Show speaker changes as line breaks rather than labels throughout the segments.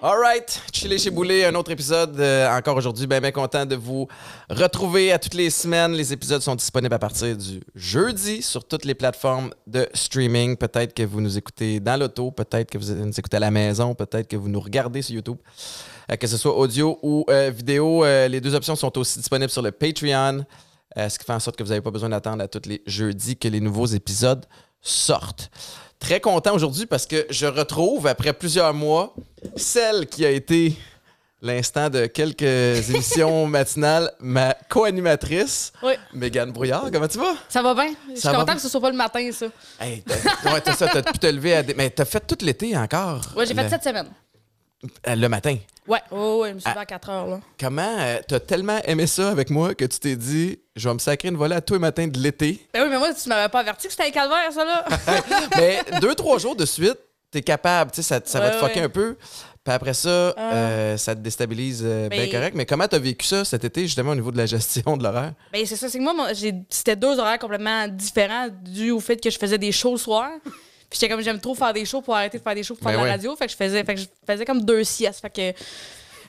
Alright, Chili chez Boulet, un autre épisode euh, encore aujourd'hui. Ben, ben content de vous retrouver à toutes les semaines. Les épisodes sont disponibles à partir du jeudi sur toutes les plateformes de streaming. Peut-être que vous nous écoutez dans l'auto, peut-être que vous nous écoutez à la maison, peut-être que vous nous regardez sur YouTube. Euh, que ce soit audio ou euh, vidéo, euh, les deux options sont aussi disponibles sur le Patreon, euh, ce qui fait en sorte que vous n'avez pas besoin d'attendre à tous les jeudis que les nouveaux épisodes sortent. Très content aujourd'hui parce que je retrouve, après plusieurs mois, celle qui a été l'instant de quelques émissions matinales, ma co-animatrice,
Oui,
Mégane Brouillard. Comment tu vas?
ça va bien. Je suis
va bien.
contente que ce soit pas le matin, ça.
Hey, t'as, ouais, t'as ça, t'as pu te lever à des... Mais t'as fait tout l'été encore.
Ouais, j'ai
le-
fait cette semaine.
euh, Le matin.
Ouais, ouais, ouais, je me suis levée à 4 heures, là.
Comment euh, t'as tellement aimé ça avec moi que tu t'es dit je vais me sacrer une volée à tous les matins de l'été.
Ben oui, mais moi, tu m'avais pas averti que c'était un calvaire, ça, là.
Mais deux, trois jours de suite, t'es capable, tu sais, ça, ça va
Ouais,
te fucker
ouais. Ah.
un peu. Puis après ça, euh, ça te déstabilise euh,
Ben-
bien correct. Mais comment t'as vécu ça cet été, justement, au niveau de la gestion de l'horaire?
ben c'est ça, c'est que moi, moi, j'ai- c'était deux horaires complètement différents dû au fait que je faisais des shows le soir. Puis j'étais comme, j'aime trop faire des shows pour arrêter de faire des shows pour faire
Ben
de la
ouais.
radio. Fait que je faisais, fait que je faisais comme deux siestes. Fait que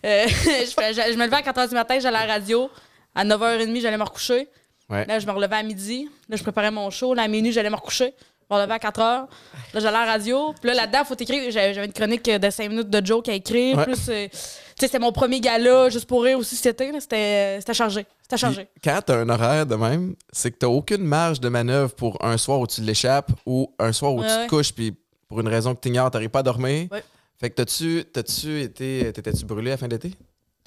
euh, je, fais- je- je me levais à 4 heures du matin, j'allais à la radio. À 9h30, j'allais me recoucher.
Ouais.
Là, je me relevais à midi. Là, je préparais mon show. Là, à minuit, j'allais me recoucher. Je me relevais à 4 heures. Là, j'allais à la radio. Puis là, là-dedans, faut écrire. J'avais j'avais une chronique de 5 minutes de Joe à écrire.
Ouais.
Plus, euh, tu sais, c'était mon premier gala, juste pour rire aussi, c'était. là. C'était c'était chargé. C'était chargé.
Puis quand t'as un horaire de même, c'est que t'as aucune marge de manœuvre pour un soir où tu l'échappes ou un soir où
Ouais,
tu te
ouais.
couches, puis pour une raison que t'ignores, t'arrives pas à dormir.
Ouais.
Fait que t'as-tu, t'as-tu été, t'étais-tu brûlé à la fin de l'été?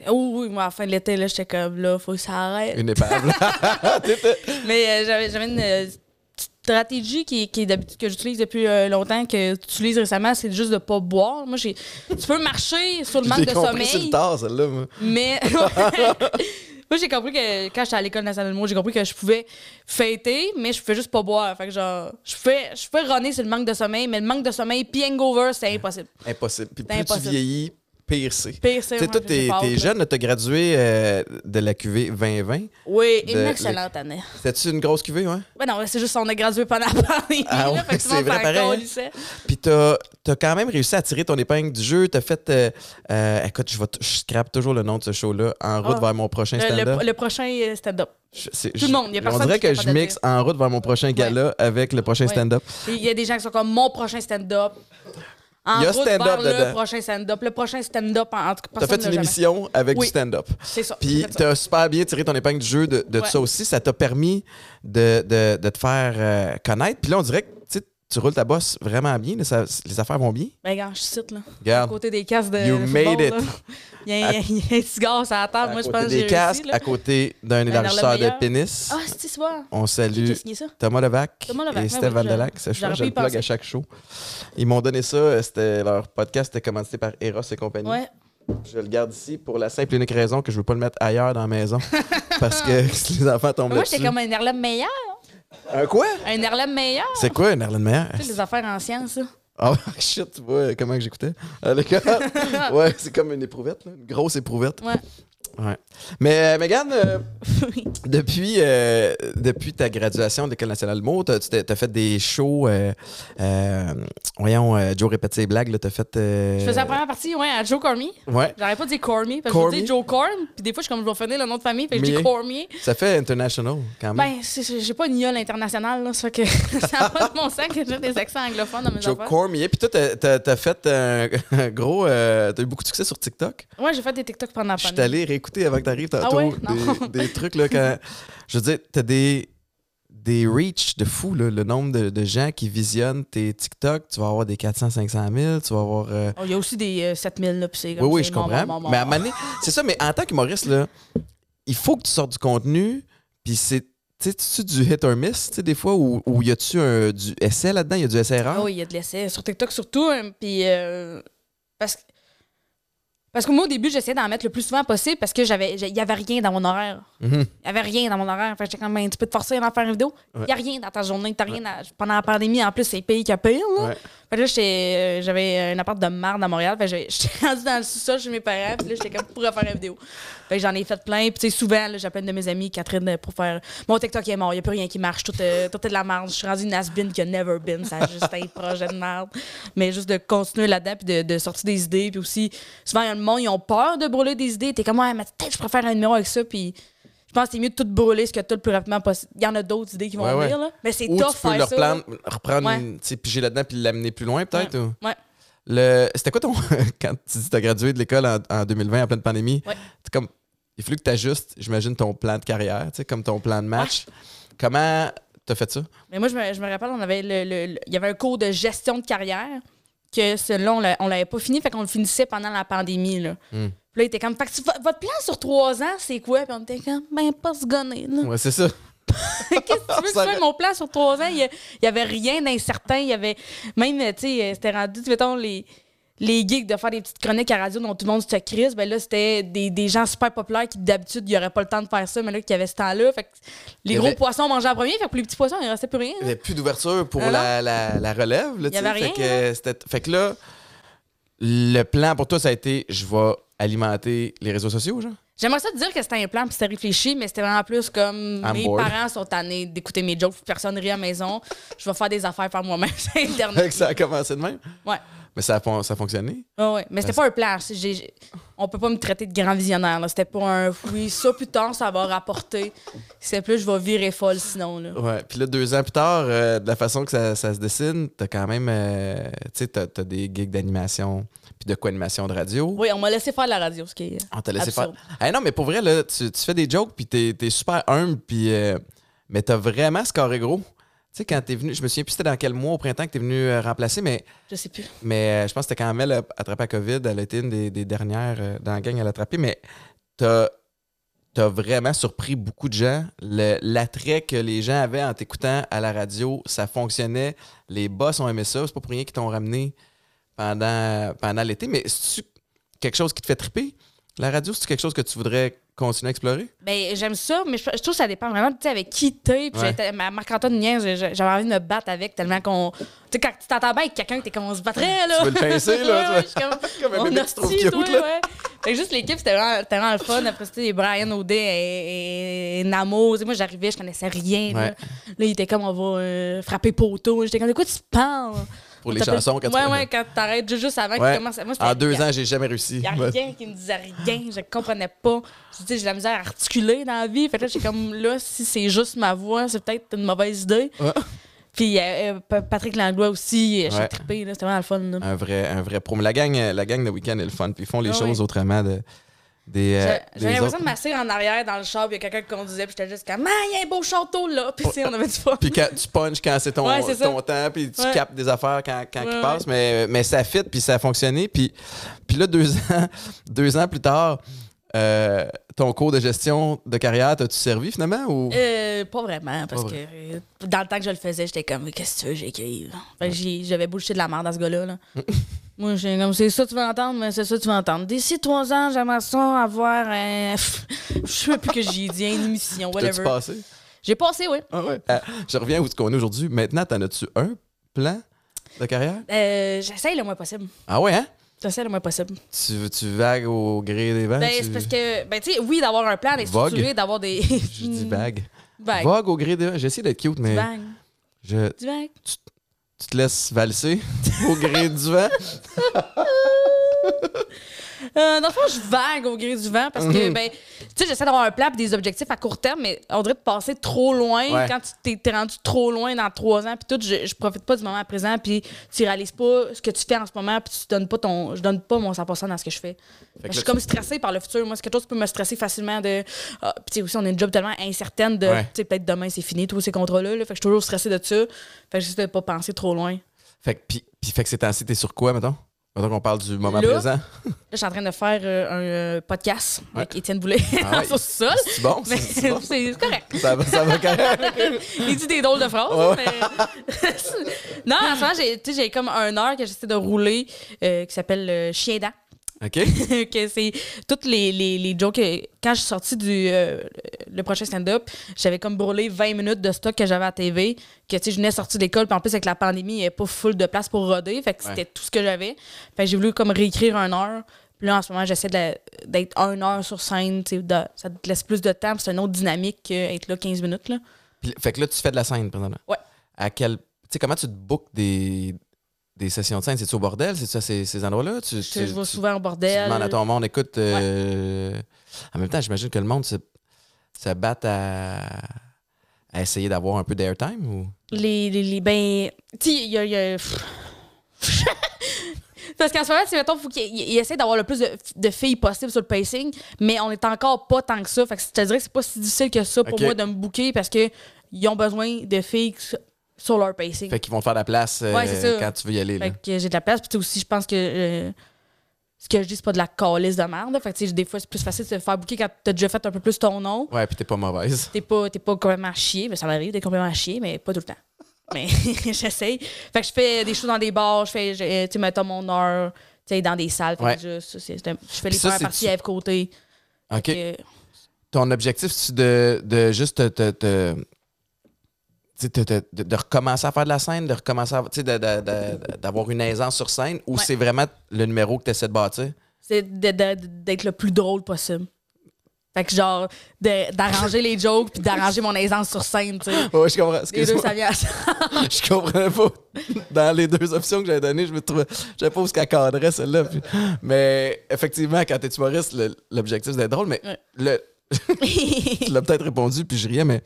Oh oui, moi, à la fin de l'été, là, j'étais comme, là, faut que ça arrête.
Une épave. là. T'étais-
Mais euh, j'avais j'avais une euh, petite stratégie qui, qui est d'habitude que j'utilise depuis euh, longtemps, que tu utilises récemment, c'est juste de pas boire. Moi, j'ai. Tu peux marcher sur le
J'ai
manque de
compris
sommeil.
sur le tard, celle-là. moi.
Mais moi j'ai compris que quand j'étais à l'école nationale de l'humour, j'ai compris que je pouvais fêter, mais je pouvais juste pas boire. Fait que genre, je pouvais, je pouvais runner sur le manque de sommeil, mais le manque de sommeil puis hangover, c'était impossible.
Impossible. Puis plus
C'est impossible.
tu vieillis, pire c'est. Tu
Pire,
sais,
c'est moi,
toi,
j'ai
t'es,
pas
t'es
hâte, là.
jeune, là, t'as gradué euh, de la cuvée 2020.
Oui,
de-
une excellente année.
C'était-tu une grosse cuvée, ouais?
Ouais, non, c'est juste on a gradué pendant la pandémie.
Ah ouais,
là, fait que tout
c'est
le monde
vrai,
s'en
pareil, hein.
calissait.
Puis t'as, t'as quand même réussi à tirer ton épingle du jeu. T'as fait. euh, euh, écoute, je, vais t- je scrape toujours le nom de ce show-là, En route
Ah.
vers mon prochain
Le,
stand-up.
le- le prochain euh, stand-up.
Je- c'est-
tout le
je-
monde, y a
On
personne
dirait
qui est
que je
capable de le
mixe En route vers mon prochain gala avec le prochain
Ouais.
stand-up.
Il y a des gens qui sont comme mon prochain stand-up. En
Il y a
route
stand-up
vers
dedans.
le prochain stand-up. Le prochain stand-up, en, en tout
T'as
cas,
fait
personne ne
une
l'a jamais.
émission avec
Oui.
du stand-up.
C'est ça. j'ai
Puis
fait ça.
t'as super bien tiré ton épingle du jeu de, de
Ouais.
ça aussi. Ça t'a permis de, de- de te faire euh, connaître. Puis là, on dirait que tu sais, tu roules ta bosse vraiment bien. là, ça- les affaires vont bien.
Ben, gars, je cite, là. à
Regarde,
côté des casques de.
You
de
made
football,
it.
là. Il y a, un- il y a un cigare sur la table.
à
Moi, je
côté
pense que
des
j'ai
casques,
réussi. là.
à côté d'un élargisseur
élargisseur
de
meilleur.
pénis.
Ah, c'est ça.
On
Qui
salue
qui a signé ça?
Thomas Levac,
Thomas Levac,
et
ben
Steph
oui,
Vandelac.
je-
C'est
j'aurais
je
pu
le
y
plug
penser.
à chaque show. Ils m'ont donné ça. euh, C'était leur podcast était commencé par Eros et compagnie.
Ouais.
Je le garde ici pour la simple et unique raison que je veux pas le mettre ailleurs dans la maison. parce que si les enfants tombent
Moi,
là-dessus.
j'étais comme un Erlem meilleur.
Un quoi?
Un Erlem meilleur.
C'est quoi une Arlène Meyer?
Tu sais, les affaires en sciences, là.
Ah, shit, tu vois comment que j'écoutais à l'école. ouais, c'est comme une éprouvette, là, une grosse éprouvette.
Ouais.
Ouais. Mais euh, Mégane, euh, depuis, euh, depuis ta graduation de l'École nationale de mots, t'as- tu t'es- t'as fait des shows. euh, euh, voyons, euh, Joe répète ses blagues, là, t'as fait. euh,
Je faisais la première partie, ouais, à Joe Cormier.
Ouais,
J'arrête pas de dire Cormier, parce que je
Cormier?
dis Joe Corm, puis des fois, je suis comme, je vais finir le nom de famille, fait que je
Mier.
dis Cormier.
ça fait international quand même.
Ben, c'est- c'est- j'ai pas une gueule internationale, là, ça fait que ça n'a pas de bon sens que j'ai des accents anglophones dans mes
Joe
affaires.
Cormier. Puis toi, t'as- t'as t'as fait un, un gros. euh, t'as eu beaucoup de succès sur TikTok.
Ouais, j'ai fait des TikTok pendant la
Je suis
pandémie.
allé réécouter avant que t'arrives tantôt
Ah ouais?
des, des trucs là quand. Je veux dire, t'as des. Des reach de fou, là, le nombre de, de gens qui visionnent tes TikTok. Tu vas avoir des 400-500 000, tu vas avoir. euh,
Oh, Il y a aussi des euh, 7000, là, puis c'est
Oui,
comme
oui,
c'est
je
mort,
comprends.
mort, mort,
Mais à un
mort.
moment donné, c'est ça, mais en tant qu'humoriste, là, il faut que tu sortes du contenu, puis c'est. Tu sais, tu du hit or miss, tu sais, des fois, où, où y a-tu un- du essai là-dedans, y a du essai
Ah
erreur?
oui, il y a de l'essai. Sur TikTok surtout. hein, puis. euh, parce que. Parce que moi, au début, j'essayais d'en mettre le plus souvent possible parce que j'avais, j'ai- il y avait rien dans mon horaire.
Mhm.
Il y avait rien dans mon horaire. Fait que j'étais comme, ben, tu peux te forcer à en faire une vidéo. Il y a rien dans ta journée. T'as rien à- Pendant la pandémie, en plus, c'est pire que pire. Là.
Ouais.
Fait que là, j'étais- euh, j'avais un appart de marde à Montréal. Fait que j'ai- j'étais rendue dans le sous-sol chez mes parents. Puis là, j'étais comme, pour faire une vidéo. Fait que j'en ai fait plein. Puis tu sais, souvent, là, j'appelle une de mes amies, Catherine, euh, pour faire mon TikTok est mort. Il n'y a plus rien qui marche. Tout, euh, tout est de la merde. Je suis rendue une has-been qui a never been. Ça a juste un projet de merde. Mais juste de continuer là-dedans. Puis de, de sortir des idées. Puis aussi, souvent, il y a le monde, ils ont peur de brûler des idées. T'es comme, ouais, mais peut-être que je préfère un numéro avec ça. Puis. Je pense que c'est mieux de tout brûler ce que tout le plus rapidement possible. Il y en a d'autres idées qui vont
Ouais, ouais.
venir, là. Mais c'est
Ou
tough
tu peux
faire
le
ça. là.
reprendre, reprendre
Ouais.
une- tu sais, piger là-dedans puis l'amener plus loin, peut-être. ou-
Ouais.
Le... C'était quoi ton. Quand tu dis que tu as gradué de l'école en, en 2020, en pleine pandémie,
Ouais.
c'est comme. Il fallu que tu ajustes, j'imagine, ton plan de carrière, tu sais, comme ton plan de
Ah.
match. Comment t'as fait ça?
Mais moi, je me, je me rappelle, on avait le, le- le- il y avait un cours de gestion de carrière que celui-là, on l'a- on l'avait pas fini, fait qu'on le finissait pendant la pandémie. Là.
Mm.
Puis là, il était comme, fait que tu- vo- votre plan sur trois ans, c'est quoi? Puis on était comme, ben, pas se gonner. là.
Ouais, c'est ça.
Qu'est-ce que tu veux que
Ça
je fasse? Mon plan sur trois ans, il y a- il y avait rien d'incertain. Il y avait même, euh, tu sais, euh, c'était rendu, tu sais, mettons, les, les geeks de faire des petites chroniques à radio dont tout le monde se crise. Ben là, c'était des, des gens super populaires qui, d'habitude, il y aurait pas le temps de faire ça, mais là, qui avaient ce temps-là. Fait que
Il
les
y
gros
avait-
poissons mangeaient en premier, fait que pour les petits poissons, il restait plus rien.
Il
là.
n'y avait plus d'ouverture pour
Ah non?
la, la- la relève. Là,
Il y avait
tu sais.
rien,
Fait que, euh, c'était- fait que là, le plan pour toi, ça a été je vais alimenter les réseaux sociaux, genre?
J'aimerais ça te dire que c'était un plan, puis c'était réfléchi, mais c'était vraiment plus comme
I'm
mes
bored.
parents sont tannés d'écouter mes jokes, puis personne rit à la maison. Je vais faire des affaires par moi-même sur
Fait
Internet.
que ça a commencé de même.
Mm. Ouais.
Mais ça a, fon- ça a fonctionné.
Ouais, ouais. Mais c'était
Ben,
pas un plan. C'est- j'ai- j'ai- On peut pas me traiter de grand visionnaire. là. C'était pas un oui, ça plus tard, ça va rapporter. C'est plus je vais virer folle sinon. Là.
Ouais. Puis là, deux ans plus tard, euh, de la façon que ça, ça se dessine, t'as quand même. euh, tu sais, t'as, t'as des gigs d'animation, puis de co-animation de radio.
Oui, on m'a laissé faire de la radio, ce qui est.
On t'a laissé
Absurde.
faire. Hey, non, mais pour vrai, là, tu, tu fais des jokes, puis t'es, t'es super humble, puis. euh, mais t'as vraiment scoré gros. Tu sais, quand t'es venu, je me souviens plus c'était dans quel mois au printemps que t'es venu euh, remplacer, mais
Je sais plus.
Mais euh, je pense que c'était quand Mel a attrapé la COVID, elle a été une des, des dernières euh, dans la gang à l'attraper. Mais t'as as vraiment surpris beaucoup de gens. Le- L'attrait que les gens avaient en t'écoutant à la radio, ça fonctionnait. Les boss ont aimé ça. C'est pas pour rien qu'ils t'ont ramené pendant, pendant l'été. Mais c'est-tu quelque chose qui te fait triper? La radio, c'est-tu quelque chose que tu voudrais continuer à explorer?
Ben, j'aime ça, mais je, je trouve que ça dépend vraiment tu sais, avec qui t'es. Puis
Ouais.
j'étais- ma- Marc-Antoine Niaise, je- je- j'avais envie de me battre avec tellement qu'on. Tu sais, quand tu t'entends bien avec quelqu'un, t'es comme on se battrait, là.
Tu veux le pincer, là,
Ouais, ouais, je suis comme.
Comme un
on
bébé
a
qui se trouve
reçu,
cute,
toi,
là.
ouais. Fait que juste l'équipe, c'était vraiment, c'était vraiment le fun. Après, c'était Brian Audet et, et Namo. Tu sais, Moi, j'arrivais, je connaissais rien. Là.
Ouais.
Là, il était comme on va euh, frapper poteau. J'étais comme de quoi tu parles?
Pour
On
les
t'appelle-
chansons, quand tu-
Ouais, ouais, quand t'arrêtes ju- juste avant
Ouais.
qu'il commence. à- Moi,
En
c'était-
deux
y a-
ans, j'ai jamais réussi.
il n'y a
Ouais.
rien qui me disait rien, je comprenais pas. Je dis, j'ai de la misère à articuler dans la vie. Fait que là, j'étais comme là, si c'est juste ma voix, c'est peut-être une mauvaise idée.
Ouais.
Puis euh, euh, Pa- Patrick Langlois aussi, euh, j'ai
Ouais.
trippé, là, c'était vraiment le fun. là.
un vrai, un vrai pro. Mais la gang, euh, la gang de week-end est le fun. Puis ils font les
Ah
choses
oui.
autrement de, des, euh,
J'ai- J'avais
des
l'impression
autres.
de m'asseoir en arrière dans le char, puis il y a quelqu'un qui conduisait, puis j'étais juste comme, ah, il y a un beau château là. Puis tu sais, on avait du fun.
Puis quand tu punches quand c'est ton,
Ouais, c'est ça.
ton temps, puis tu
Ouais.
captes des affaires quand, quand
Ouais,
ils
ouais.
passent. Mais, mais ça fit, puis ça a fonctionné. Puis, puis là, deux ans, deux ans plus tard, euh, ton cours de gestion de carrière, t'as-tu servi finalement? Ou...
Euh, pas vraiment, parce
Pas
que euh, dans le temps que je le faisais, j'étais comme, qu'est-ce que tu veux, j'écris. Fait que j'ai- j'avais bullshit de la merde à ce gars-là. là.
Mm.
Moi, j'ai comme, c'est ça que tu vas entendre, mais c'est ça que tu vas entendre. D'ici trois ans, j'aimerais ça avoir un. je sais plus que j'ai dit, une émission,
T'as-tu
whatever.
passé?
J'ai passé, oui.
Ah ouais. Euh, je reviens où ce qu'on est aujourd'hui. Maintenant, t'en as-tu un plan de carrière?
Euh, J'essaye le moins possible.
Ah ouais, hein?
J'essaie le moins possible.
Tu, tu vagues au gré des vents?
Ben,
Ah, tu-
c'est parce que, ben, tu sais, oui, d'avoir un plan, d'être
Vogue.
structuré, d'avoir des.
Je dis vague.
Vague.
Vogue au gré des vents. J'essaie d'être cute,
Du
mais
vague.
je,
Du vague.
tu te laisses valser au gré du vent.
Euh, dans le fond, je vague au gré du vent parce que,
Mhm.
ben, tu sais, j'essaie d'avoir un plan et des objectifs à court terme, mais on dirait de passer trop loin.
Ouais.
Quand tu t'es- t'es rendu trop loin dans trois ans, puis tout, je, je profite pas du moment présent, puis tu réalises pas ce que tu fais en ce moment, puis tu donnes pas ton. Je donne pas mon 100% dans ce que je fais. Fait que je suis
là,
comme stressée par le futur. Moi, c'est quelque chose qui peut me stresser facilement de. ah, puis tu sais, aussi, on a une job tellement incertaine de.
Ouais.
Tu sais, peut-être demain, c'est fini, tous ces contrats-là. là. fait que je suis toujours stressée de ça. Fait que j'essaie de pas penser trop loin.
Fait que, pis, pis fait que c'est ainsi, t'es sur quoi, mettons? Mettons qu'on parle du moment
Là,
présent.
Là, je suis en train de faire euh, un euh, podcast avec Étienne Boulay
Ah ouais.
sur sol.
C'est bon?
Mais
C'est bon?
c'est correct.
Ça, va- ça va quand même.
Il dit des drôles de phrases. mais- non, en ce moment, j'ai tu sais, j'ai comme un heure que j'essaie de rouler euh, qui s'appelle euh, Chien dent.
OK?
que c'est toutes les, les, les jokes. que- Quand je suis sortie du euh, le prochain stand-up, j'avais comme brûlé 20 minutes de stock que j'avais à TV. Que tu sais, je venais sortir d'école, puis en plus avec la pandémie, il n'y avait pas full de place pour roder. Fait que c'était
Ouais.
tout ce que j'avais. Fait que j'ai voulu comme réécrire un heure. Puis là, en ce moment, j'essaie de la- d'être un heure sur scène. tu sais, de- ça te laisse plus de temps, puis c'est une autre dynamique qu'être là 15 minutes. Là.
Puis- fait que là, tu fais de la scène, présentement.
Ouais.
À quel. Tu sais, comment tu te bookes des, des sessions de scène? C'est-tu au bordel? C'est-tu à ces, ces endroits-là? Tu,
Je,
tu-
je vais
tu-
souvent au
tu
bordel.
demandes à ton monde, écoute. euh, En même temps, j'imagine que le monde se, se bat à, à essayer d'avoir un peu d'airtime ou.
les, les, les- ben tu sais, il y a, il y a- pff. parce qu'en ce moment c'est mettons faut qu'il il- il essaie d'avoir le plus de, de filles possible sur le pacing mais on est encore pas tant que ça fait que je te dirais que c'est pas si difficile que ça pour
Ok.
moi de me booker parce que ils ont besoin de filles s- sur leur pacing
Fait qu'ils vont te faire de la place euh,
Ouais, c'est ça.
quand tu veux y aller. là.
fait que j'ai de la place. Puis tu sais, aussi, je pense que euh, ce que je dis, c'est pas de la calice de merde. Fait que tu sais, des fois, c'est plus facile de se faire bouquer quand t'as déjà fait un peu plus ton nom.
Ouais, puis t'es pas mauvaise.
T'es pas, t'es pas complètement à chier, mais ça m'arrive d'être complètement à chier, mais pas tout le temps. Mais j'essaye. Fait que je fais des choses dans des bars, je fais, je- euh, tu sais, mettons mon heure, tu sais, dans des salles. Fait
Ouais.
que je, ça, c'est- c'est un- je fais les
ça,
premières
c'est-tu-
parties à F côté.
OK.
Fait que-
Ton objectif, c'est de, de juste te. te- te- tu sais, te- te- de, de recommencer à faire de la scène, de recommencer à- tu sais, de- de- de- d'avoir une aisance sur scène, ou
Ouais.
c'est vraiment le numéro que tu essaies de bâtir?
c'est de- de- d'être le plus drôle possible. Fait que genre, de- d'arranger les jokes puis d'arranger mon aisance sur scène, tu sais.
Oui, je comprends.
Les deux,
Excuse-moi.
ça vient à ça.
Je comprenais pas. Dans les deux options que j'avais données, je me trouvais. Je sais pas où ce qu'elle cadrait, celle-là. puis- Mais effectivement, quand t'es humoriste, le- l'objectif c'est d'être drôle, mais
Ouais.
le, tu l'as peut-être répondu, puis je riais, mais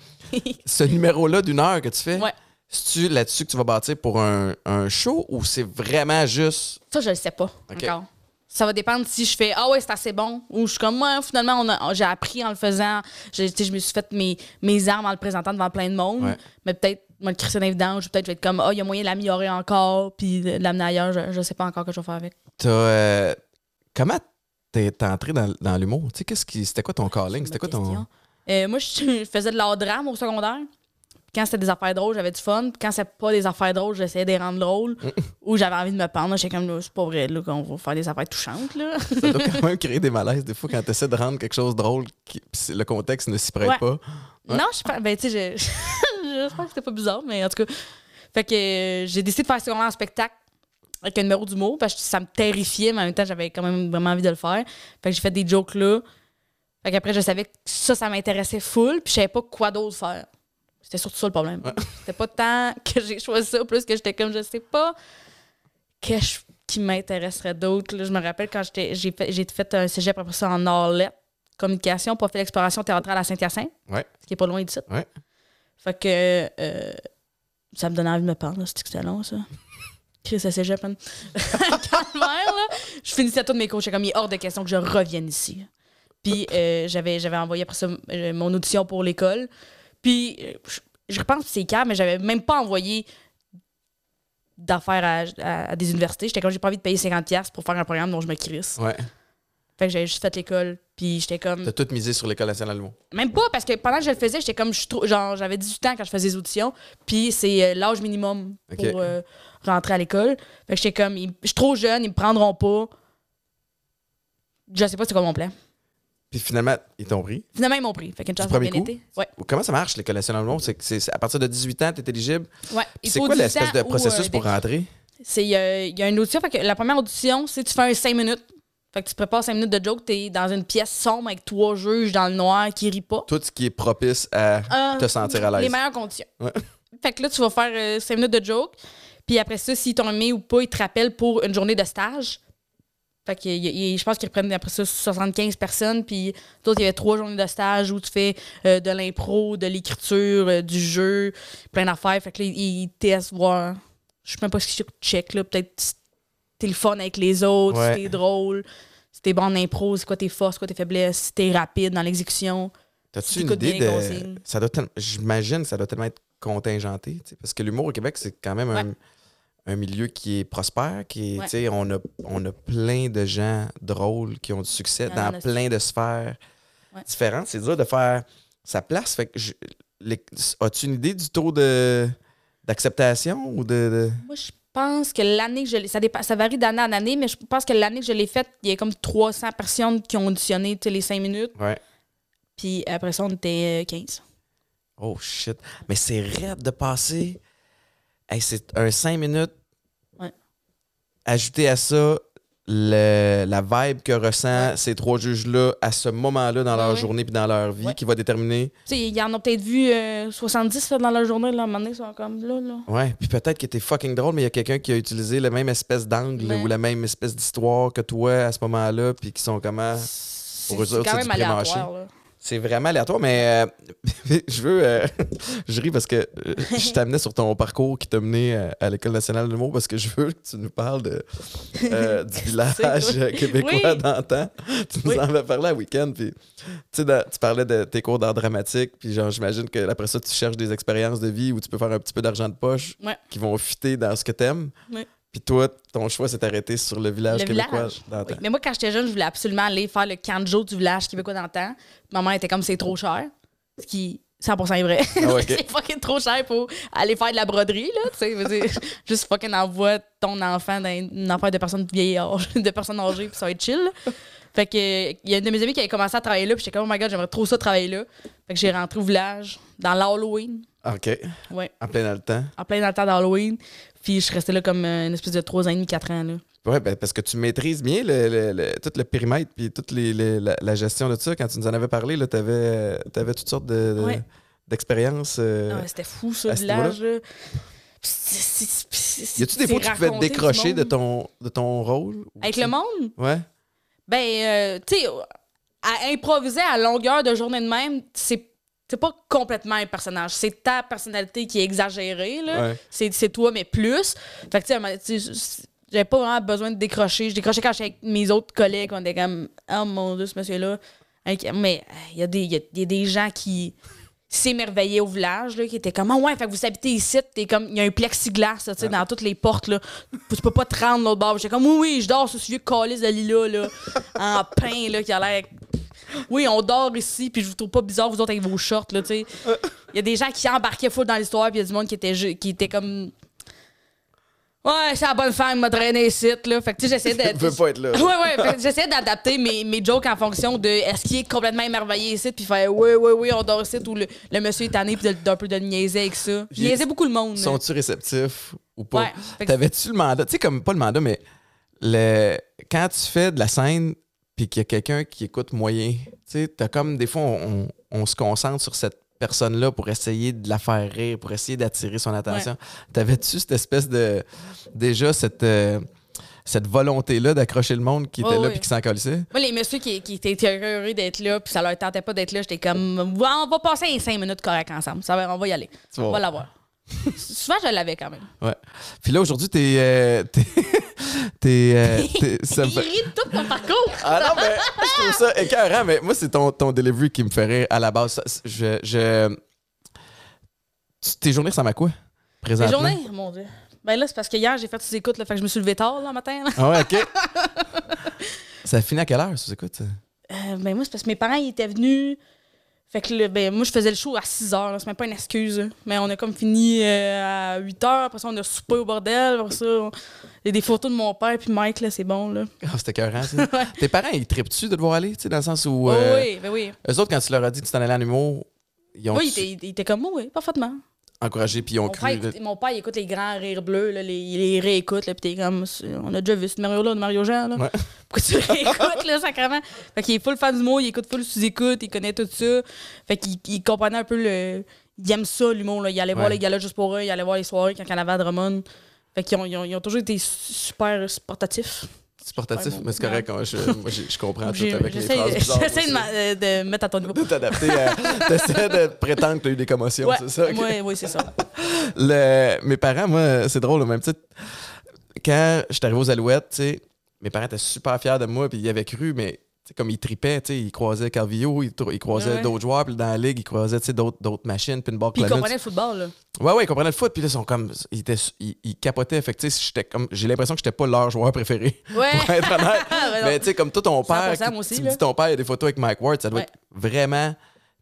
ce numéro-là d'une heure que tu fais,
Ouais.
c'est-tu là-dessus que tu vas bâtir pour un, un show ou c'est vraiment juste.
Ça, je le sais pas
Ok.
encore. Ça va dépendre si je fais Ah ouais, c'est assez bon ou je suis comme moi, finalement, on a- j'ai appris en le faisant. Je, tu sais, je me suis fait mes, mes armes en le présentant devant plein de monde.
Ouais.
Mais peut-être, moi, le Christian évident, peut-être je vais être comme Ah, il y a moyen de l'améliorer encore puis de l'amener ailleurs. Je, je sais pas encore ce que je vais faire avec.
T'as, euh, comment t'es t'es entré dans, dans l'humour? Tu sais, qu'est-ce qui. C'était quoi ton calling? C'était quoi
Bonne
ton.
question. Euh, moi, je, je faisais de l'art drame au secondaire. Quand c'était des affaires drôles, j'avais du fun. Quand c'était pas des affaires drôles, j'essayais de les rendre drôles. ou j'avais envie de me pendre. J'étais comme, Là, c'est pas vrai, là, qu'on va faire des affaires touchantes, là.
Ça doit quand même créer des malaises des fois quand tu essaies de rendre quelque chose drôle, qui- puis c'est- le contexte ne s'y prête
Ouais.
pas. Ouais.
Non, je pense. Ben, tu sais, je- j'espère que c'était pas bizarre, mais en tout cas. Fait que euh, j'ai décidé de faire ce en spectacle avec un numéro d'humour parce que ça me terrifiait, mais en même temps, j'avais quand même vraiment envie de le faire. Fait que j'ai fait des jokes là. Fait qu'après, je savais que ça, ça m'intéressait full, puis je savais pas quoi d'autre faire. C'était surtout ça le problème. C'était pas tant que j'ai choisi ça, plus que j'étais comme, je sais pas que je- qui m'intéresserait d'autre. là. Je me rappelle quand j'étais- j'ai fait, j'ai fait un cégep après ça en arlette, communication, pour faire l'exploration théâtrale à Saint-Hyacinthe
Ouais.
ce qui est pas loin d'ici.
Ouais.
Fait que euh, ça me donnait envie de me pendre, là, c'est-tu que c'était long, ça. Chris, ça cégep, hein. Quand même, là, je finissais tous mes cours, j'étais comme, il est hors de question que je revienne ici. Puis euh, j'avais, j'avais envoyé après ça euh, mon audition pour l'école. Puis euh, je, je repense que c'est calme, mais j'avais même pas envoyé d'affaires à, à- à des universités. J'étais comme, j'ai pas envie de payer 50$ pour faire un programme dont je me crisse.
Ouais.
Fait que j'avais juste fait l'école, puis j'étais comme...
T'as tout misé sur l'École nationale de l'humour.
Même pas, parce que pendant que je le faisais, j'étais comme, je suis trop- genre, j'avais 18 ans quand je faisais les auditions, puis c'est euh, l'âge minimum pour
Ok.
euh, rentrer à l'école. Fait que j'étais comme, ils- je suis trop jeune, ils me prendront pas. Je sais pas c'est quoi mon plan.
Puis finalement, ils t'ont pris.
Finalement, ils m'ont pris. Fait qu'une chance, ça a
premier
bien
coup?
été. Ouais.
Comment ça marche, l'École nationale de l'humour? C'est, que c'est- c'est à partir de 18 ans, t'es éligible.
ouais. Il
C'est
faut
quoi
18
l'espèce de
ans ou,
processus
euh,
pour
des-
rentrer?
C'est, euh, Il y a une audition, fait que la première audition, c'est tu fais un 5 minutes. Fait que tu prépares 5 minutes de joke, t'es dans une pièce sombre avec trois juges dans le noir qui rient pas.
Tout ce qui est propice à
Euh,
te sentir à
Les
l'aise.
meilleures conditions.
Ouais.
Fait que là, tu vas faire 5 minutes de joke. Puis après ça, s'ils t'ont aimé ou pas, ils te rappellent pour une journée de stage. Fait que il- il- je pense qu'ils reprennent après ça 75 personnes. Puis d'autres, il y avait trois journées de stage où tu fais euh, de l'impro, de l'écriture, euh, du jeu, plein d'affaires. Fait que là, ils ils testent, voir. Je sais même pas si tu check, là. Peut-être si t'es le fun avec les autres,
Ouais.
si t'es drôle, si t'es bon en impro, c'est quoi tes forces, c'est quoi tes faiblesses, si t'es rapide dans l'exécution.
T'as-tu
tu
une
écoutes
idée
bien les
de.
consignes.
Ça doit tellement- J'imagine que ça doit tellement être contingenté. tu sais, Parce que l'humour au Québec, c'est quand même un, un milieu qui est prospère. Qui est,
Ouais.
tu sais, on, a, on a plein de gens drôles qui ont du succès
Il y en a
dans
aussi.
plein de sphères
Ouais.
différentes. C'est dur de faire sa place. Fait que je- les- As-tu une idée du taux de d'acceptation ou de. de-
Moi, je pense que l'année que je l'ai. Ça, dépa- ça varie d'année en année, mais je pense que l'année que je l'ai faite, il y a comme 300 personnes qui ont auditionné tu sais, les 5 minutes.
Ouais.
Puis après ça, on était euh, 15.
Oh shit. Mais c'est raide de passer. Hey, c'est un 5 minutes.
Ouais.
Ajouter à ça le- la vibe que ressent ces trois juges-là à ce moment-là dans leur
Ah Ouais.
journée puis dans leur vie
Ouais.
qui va déterminer.
Tu sais, ils en ont peut-être vu euh, 70 là, dans leur journée. Là, à un moment donné, ils sont comme là. là.
Ouais, puis peut-être que t'es fucking drôle, mais il y a quelqu'un qui a utilisé la même espèce d'angle
Ouais.
ou la même espèce d'histoire que toi à ce moment-là, puis qui sont comment.
C'est
Pour eux
c'est
autres,
quand
c'est
même
du
aléatoire. là.
C'est vraiment aléatoire, mais euh, je veux. euh, je ris parce que euh, je t'amenais sur ton parcours qui t'a mené euh, à l'École nationale de l'humour parce que je veux que tu nous parles de, euh, du village
C'est
euh, québécois
Oui.
d'antan. Tu nous
Oui.
en avais parlé un week-end, puis tu sais, dans- tu parlais de tes cours d'art dramatique, puis genre, j'imagine que après ça, tu cherches des expériences de vie où tu peux faire un petit peu d'argent de poche
Ouais.
qui vont fitter dans ce que t'aimes.
Ouais.
Puis toi, ton choix s'est arrêté sur le village
Le
québécois
village.
d'antan.
Oui, Mais moi, quand j'étais jeune, je voulais absolument aller faire le canjo du village québécois d'antan. Maman était comme c'est trop cher. Ce qui, 100% est vrai.
Ah ouais, ok.
c'est fucking trop cher pour aller faire de la broderie, là. Tu sais, je veux dire, juste fucking envoie ton enfant dans une affaire de personnes vieilles, âgées- de personnes âgées, puis ça va être chill. là. Fait que, il y a une de mes amies qui avait commencé à travailler là, puis j'étais comme, oh my god, j'aimerais trop ça travailler là. Fait que j'ai rentré au village, dans l'Halloween.
Ah, OK.
Ouais,
En plein dans le temps.
en plein dans le temps d'Halloween. Puis je restais là comme euh, une espèce de 3 ans et demi, 4 ans, là.
Oui, ben, parce que tu maîtrises bien le, le- le- tout le périmètre puis toute les, les- la, la gestion de ça. Quand tu nous en avais parlé, tu avais, toutes sortes de- de-
Ouais.
d'expériences. euh,
Ah ouais, c'était fou,
à
ça, le
ce niveau-là.
village. là. Puis c'est- c'est- c'est- c'est-
y a-tu des fois que
c'est
tu pouvais te
raconter du
décrocher de
monde.
ton, de ton rôle? ou
Avec
tu-
le monde?
Ouais.
Ben, euh, tu sais, à improviser à longueur de journée de même, c'est c'est pas complètement un personnage. C'est ta personnalité qui est exagérée, là.
ouais.
C'est c'est toi, mais plus. Fait que, tu sais, à un moment- tu sais, c'est- j'avais pas vraiment besoin de décrocher. Je décrochais quand j'étais avec mes autres collègues. On était comme, oh mon Dieu, ce monsieur-là. Avec- Mais euh, il y, a des- il y a- il y a des gens qui s'émerveillaient au village, là, qui étaient comme, ah ouais, fait que vous habitez ici. T'es comme, il y a un plexiglas, là, tu sais, dans toutes les portes, là. Tu peux pas te rendre l'autre bord. J'étais comme, oui, oui, je dors sur ce vieux calice de lit-là, là, en pain, là, qui a l'air. Oui, on dort ici, puis je vous trouve pas bizarre, vous autres, avec vos shorts, là, tu sais. Il y a des gens qui embarquaient full dans l'histoire, puis il y a du monde qui était, ju- qui était comme. Ouais, c'est la bonne femme qui m'a traîné ici, là. Fait que, tu sais, j'essayais
Tu
de.
veux pas être là.
Ouais, ouais, fait que j'essayais d'adapter mes, mes jokes en fonction de est-ce qu'il est complètement émerveillé ici, puis faire oui, oui, oui, on dort ici, ou le, le monsieur est tanné, puis de- d'un peu de le niaiser avec ça. Je
Il-
niaisais beaucoup le monde. là.
Sont-tu réceptifs ou pas?
Ouais. Fait que-
T'avais-tu le mandat? Tu sais, comme pas le mandat, mais le... quand tu fais de la scène puis qu'il y a quelqu'un qui écoute moyen, tu sais, t'as comme des fois, on, on- on se concentre sur cette personne-là pour essayer de la faire rire, pour essayer d'attirer son attention. T'avais-tu cette espèce de. Déjà, cette. euh, Cette volonté-là d'accrocher le monde qui était
Ouais,
là
ouais.
puis qui s'en colissait.
Moi, les messieurs qui, qui étaient heureux d'être là, puis ça leur tentait pas d'être là, j'étais comme, Ouais, on va passer les cinq minutes correct ensemble. Ça va, on va y aller.
Tu vois.
On va l'avoir. Souvent, je l'avais quand même.
Ouais. Puis là, aujourd'hui, t'es. euh, t'es. t'es, euh, t'es- ça me
Il
fait-
rit de tout mon parcours.
Ah non, mais je trouve ça écœurant. Mais moi, c'est ton, ton delivery qui me ferait à la base. Ça, c'est- Je, je... Tu- Tes journées ressemblent à quoi,
La
présentement?
journée, mon Dieu. Ben là, c'est parce que hier, j'ai fait ces écoutes, là, fait que je me suis levé tard, là, le matin. là.
Ah ouais, OK. ça finit à quelle heure, ça, écoute?
Euh, ben moi, c'est parce que mes parents ils étaient venus. Fait que le- ben, moi, je faisais le show à 6 heures. là. C'est même pas une excuse. là. Mais on a comme fini euh, à 8 heures. Après ça, on a soupé au bordel. Après ça, on- il y a des photos de mon père puis Mike, là, c'est bon. Là.
Ah, c'était écœurant, ça. Tes parents, ils trippent-tu de devoir aller, tu sais, dans le sens où...
Oh
euh,
oui, ben oui.
Eux autres, quand tu leur as dit que tu t'en allais en humour, ils ont
Oui, il était- il était comme moi, oui, parfaitement.
encouragé puis ils ont
Mon père,
cru...
écoute- mon père, il écoute les grands rires bleus, là, les, il les réécoute, là, pis t'es comme, on a déjà vu ce Mario-là de Mario Jean, là.
Ouais.
Pourquoi tu le réécoutes, là, sacrément? Fait qu'il est full fan du mot, il écoute full sous-écoute, il connaît tout ça. Fait qu'il il comprenait un peu le. Il aime ça, l'humour, là. Il allait voir
Ouais.
les galas juste pour eux, il allait voir les soirées quand il y en avait à Drummond. Fait qu'ils ont, ils ont- ils ont toujours été su- super supportatifs.
Sportatif,
Ouais,
mais c'est correct. hein, je, moi, j'ai- je comprends Ah, tout
J'ai-
avec les
J'essaie
phrases bizarres, moi
j'essaie de,
aussi.
ma- euh, de mettre à ton niveau.
de t'adapter à... T'essaies de prétendre que t'as eu des commotions,
Ouais,
c'est ça? ok?
ouais, ouais, c'est ça.
Le- mes parents, moi, c'est drôle, au même titre. Quand je suis arrivé aux Alouettes, tu sais, mes parents étaient super fiers de moi, puis ils avaient cru, mais tu sais, comme ils tripaient, tu sais, ils croisaient Carvillo, ils, trou- ils croisaient
Ouais, ouais.
d'autres joueurs, puis dans la ligue, ils croisaient tu sais, d'autres d'autres machines, puis une barre
Puis il comprenait le football, là.
Ouais, ouais, ils comprenaient le foot, puis là, ils, sont comme, ils, étaient, ils, ils capotaient. Fait que, tu sais, j'étais comme, j'ai l'impression que j'étais pas leur joueur préféré.
Ouais.
pour être honnête.
Ah, ben non.
Mais tu sais, comme tout ton père,
100%
qui-
moi aussi,
tu me
là.
dis ton père, il y a des photos avec Mike Ward, ça doit
Ouais.
être vraiment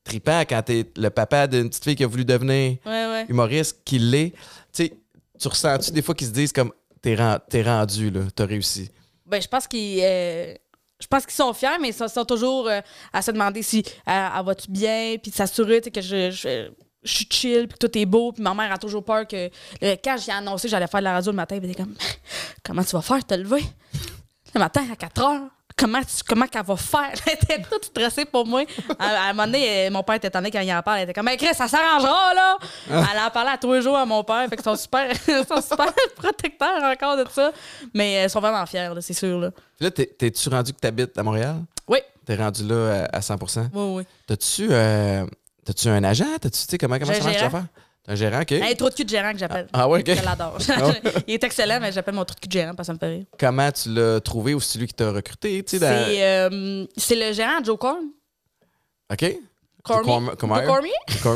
trippant quand t'es le papa d'une petite fille qui a voulu devenir
Ouais, ouais.
humoriste qu'il l'est, tu sais, tu ressens-tu des fois qu'ils se disent comme t'es ren- t'es rendu, là. T'as réussi.
Ben, je pense qu'ils euh, je pense qu'ils sont fiers, mais ils sont, sont toujours euh, à se demander si elle, elle va-tu bien, puis de s'assurer tu sais, que je, je, je suis chill, puis que tout est beau. Puis ma mère a toujours peur que euh, quand j'ai annoncé que j'allais faire de la radio le matin, elle était comme Comment tu vas faire, te lever le matin à 4 heures? Comment, tu- comment qu'elle va faire? Elle était toute stressée pour moi. À, à un moment donné, euh, mon père était étonné quand il en parle. Elle était comme, mais Chris, ça s'arrangera, là! Elle en parlait à tous les jours à mon père. Fait qu'ils sont super, ils sont super protecteurs encore de ça. Mais euh, ils sont vraiment fiers, là, c'est sûr. Là.
Puis là, t'es- t'es-tu rendu que t'habites à Montréal?
Oui,
T'es rendu là à, à 100
oui, oui.
T'as-tu euh, t'as-tu un agent? T'as-tu, tu sais, comment, comment
J'ai
ça marche
un
cette affaire? T'as un gérant, OK.
Hey, trop de cul de gérant que j'appelle.
ah ouais,
Je
OK.
l'adore.
Ah
Il est excellent, mais j'appelle mon trou de cul de gérant parce que ça me fait rire.
Comment tu l'as trouvé ou c'est lui qui t'a recruté? tu sais, dans-
C'est euh, c'est le gérant Joe Corm.
OK?
Cormier.
Corm- Cormier.
Joe Cormier?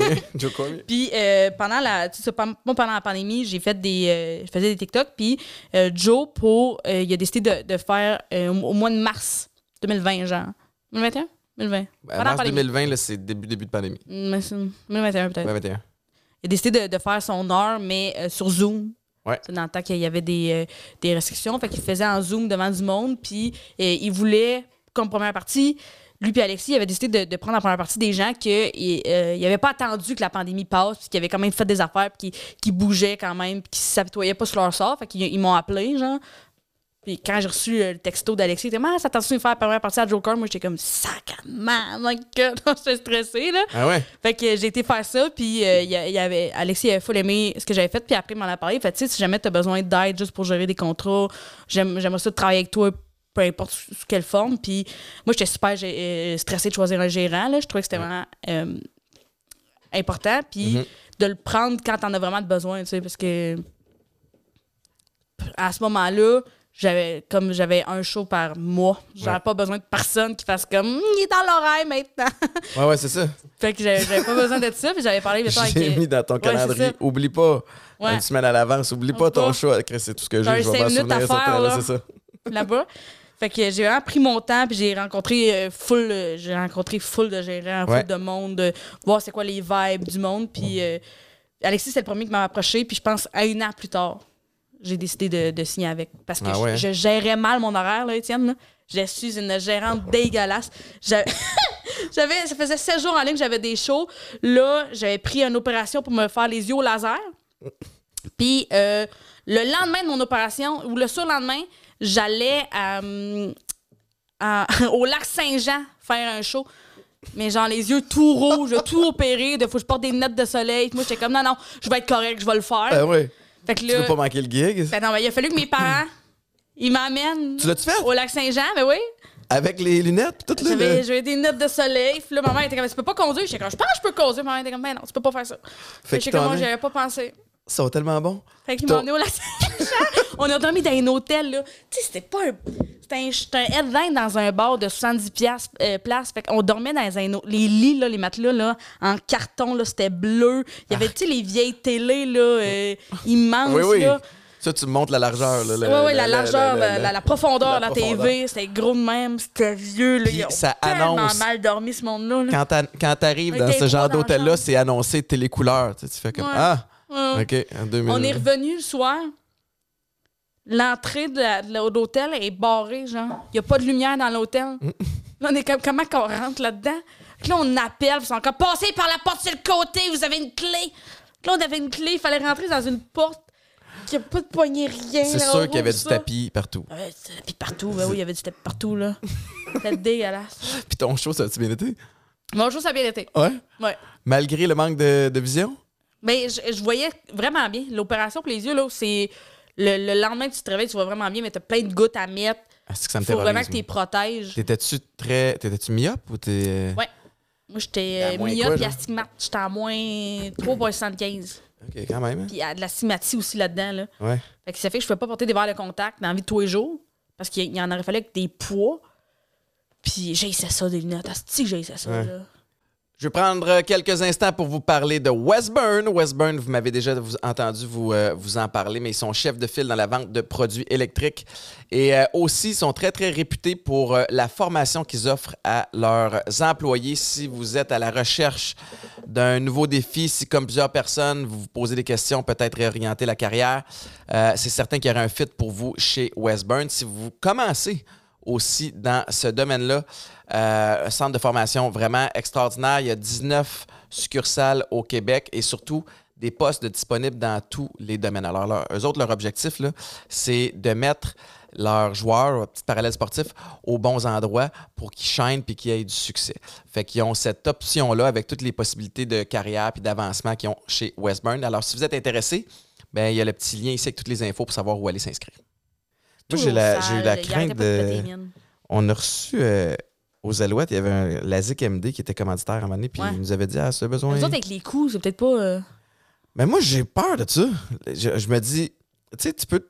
Cormier. Joe Cormier.
Puis euh, pendant la, tu sais, pen- moi, pendant la pandémie, j'ai fait des, euh, je faisais des TikTok. Puis euh, Joe pour, euh, il a décidé de, de faire euh, au au mois de mars 2020, genre 2021, 2020,
À
Pendant
mars
la pandémie.
2020, là, c'est début, début de pandémie.
Mm, Mais c'est- 2021 peut-être.
2021.
Il a décidé de, de faire son heure, mais euh, sur Zoom.
Ouais.
C'est Dans le temps qu'il y avait des, euh, des restrictions, fait qu'il faisait en Zoom devant du monde. Puis euh, il voulait, comme première partie, lui et Alexis avaient décidé de, de prendre en première partie des gens qu'ils n'avaient pas attendu que la pandémie passe, puis qu'ils avaient quand même fait des affaires, puis qui, bougeaient quand même, puis qui s'apitoyaient pas sur leur sort. Fait qu'ils ils m'ont appelé, genre. Puis quand j'ai reçu euh, le texto d'Alexis, il était Ah, ça t'a de faire la première partie à Joker? Moi, j'étais comme Sacrement, my God, j'étais stressée, là.
Ah ouais?
Fait que j'ai été faire ça, puis euh, il y a- il y avait, Alexis avait full aimé ce que j'avais fait, puis après, il m'en a parlé. Fait que, tu sais, si jamais t'as besoin d'aide juste pour gérer des contrats, j'aime- j'aimerais ça travailler avec toi, peu importe sous sous quelle forme. Puis moi, j'étais super j'ai- euh, stressée de choisir un gérant, là. Je trouvais que c'était vraiment euh, important, puis de le prendre quand t'en as vraiment besoin, tu sais, parce que à ce moment-là, j'avais comme j'avais un show par mois, j'avais
Ouais.
pas besoin de personne qui fasse comme Hum, il est dans l'oreille maintenant.
Ouais, ouais, c'est ça.
Fait que j'avais j'avais pas besoin de ça, puis j'avais parlé mettons, avec euh,
J'ai mis dans ton
Ouais,
calendrier.
c'est ça.
Oublie pas,
Ouais.
une semaine à l'avance, oublie pas ton
Pas.
choix. Chris, c'est tout ce que
T'as
j'ai. Je
un
vais m'en
cinq minutes
souvenir.
à
certain,
faire,
là,
là.
c'est ça.
là-bas. Fait que j'ai vraiment pris mon temps, puis j'ai rencontré euh, full, euh, j'ai rencontré full de gérants,
Ouais.
full de monde, euh, voir c'est quoi les vibes du monde, puis euh, Alexis c'est le premier qui m'a approché, puis je pense à un an plus tard, j'ai décidé de, de signer avec parce que
Ah
je-
ouais, hein?
je, gérais mal mon horaire là, Étienne. là. Je suis une gérante dégueulasse. J'a- J'avais, ça faisait 7 jours en ligne que j'avais des shows. Là, j'avais pris une opération pour me faire les yeux au laser. Puis euh, le lendemain de mon opération, ou le surlendemain, j'allais à, hum, à- au lac Saint-Jean faire un show. Mais genre les yeux tout rouges, tout opéré, de faut que je porte des notes de soleil. Puis Moi, j'étais comme non, non, je vais être correct, je vais le faire.
Ah ouais.
fait que
Tu veux
là,
pas manquer le gig?
ben non, mais il a fallu que mes parents, ils m'amènent
Tu l'as-tu fait? Ben,
au lac Saint-Jean, mais oui.
Avec les lunettes, pis tout là,
J'avais
le.
j'avais des notes de soleil. Puis là, maman était comme, tu peux pas conduire. J'étais comme, je pense que je peux conduire. Maman était comme, ben non, tu peux pas faire ça.
Fait que
J'étais comme,
t'en
moi,
as-
j'avais pas pensé.
Ils sont tellement bons.
Fait qu'il
T'as-
m'a emmené au lac Saint-Jean. On a dormi dans un hôtel, là. Tu sais, c'était pas un. C'était un, c'était un headline dans un bar de 70$ piastres, euh, places. Fait qu'on dormait dans un. hô- Les lits, là, les matelas, là, en carton, là, c'était bleu. Il y avait, tu sais, les vieilles télés, là, euh, immenses,
Oui, oui.
là.
Ça, tu montes la largeur. Là,
Oui,
le-
ouais, ouais, la,
le- le-
largeur,
le-
la,
le-
la- la profondeur
la
de la
profondeur.
TV, c'était gros de même, c'était vieux. Là,
Puis
ils ont
ça
tellement
annonce-
mal dormi, ce monde-là. là.
Quand t'a- quand t'arrives
On
dans
était
ce genre
trois dans la
d'hôtel-là,
chambre.
c'est annoncé télécouleur. Tu, sais, tu fais comme
Ouais.
Ah,
Ouais.
OK, en 2000.
On est revenu le soir. L'entrée de la- de la- de l'hôtel est barrée, genre. Il n'y a pas de lumière dans l'hôtel.
Mm.
Là, on est comme, comment qu'on rentre là-dedans? Puis Là, on appelle, puis ils sont comme, passez par la porte sur le côté, vous avez une clé. Là, on avait une clé, il fallait rentrer dans une porte qui a pas de poignée, rien.
C'est
là,
sûr
on
qu'il y avait
rouvre
du
ça.
tapis partout.
Ouais, du tapis partout, ben oui, il y avait du tapis partout, là. C'était dégueulasse.
Puis ton show, ça a-tu bien été?
Mon jour, ça a bien été.
Ouais.
Ouais.
Malgré le manque de, de vision?
Mais je, je voyais vraiment bien. L'opération pour les yeux, là, c'est. Le, le lendemain, tu te réveilles, tu vois vraiment bien, mais t'as plein de gouttes à mettre.
Ah, c'est que ça me
Faut vraiment
terrorise.
que t'es
moi.
protèges.
T'étais-tu très. T'étais-tu myope ou t'es. euh,
Ouais. Moi, j'étais
À
euh,
moins
myope
quoi,
puis
genre?
astigmate. J'étais à moins 3,75.
OK, quand même. hein?
Puis il y a de la symétrie aussi là-dedans. Là.
Ouais.
Fait que ça fait que je pouvais pas porter des verres de contact dans la vie de tous les jours parce qu'il y en aurait fallu avec des poids. Puis j'haïssais ça, des lunettes. Asti, que j'haïssais ça,
Ouais.
là.
Je vais prendre euh, quelques instants pour vous parler de Westburn. Westburn, vous m'avez déjà vous- entendu vous, euh, vous en parler, mais ils sont chefs de file dans la vente de produits électriques et euh, aussi ils sont très, très réputés pour euh, la formation qu'ils offrent à leurs employés. Si vous êtes à la recherche d'un nouveau défi. Si, comme plusieurs personnes, vous vous posez des questions, peut-être réorienter la carrière, euh, c'est certain qu'il y aura un fit pour vous chez Westburn. Si vous commencez aussi dans ce domaine-là, euh, un centre de formation vraiment extraordinaire. Il y a 19 succursales au Québec et surtout des postes de disponibles dans tous les domaines. Alors, leur, eux autres, leur objectif, là, c'est de mettre leurs joueurs, petit parallèle sportif, aux bons endroits pour qu'ils chaînent puis qu'ils aient du succès. Fait qu'ils ont cette option-là avec toutes les possibilités de carrière puis d'avancement qu'ils ont chez Westburn. Alors, si vous êtes intéressé, ben il y a le petit lien ici avec toutes les infos pour savoir où aller s'inscrire. Moi, j'ai, la- j'ai eu la crainte de... On a reçu euh, aux Alouettes, il y avait un LASIK MD qui était commanditaire à un moment donné, puis
Ouais.
il nous avait dit Ah, ça a besoin.
Les autres, avec les coups, c'est peut-être pas. euh,
Mais moi, j'ai peur de ça. Je, je me dis, tu sais, tu peux.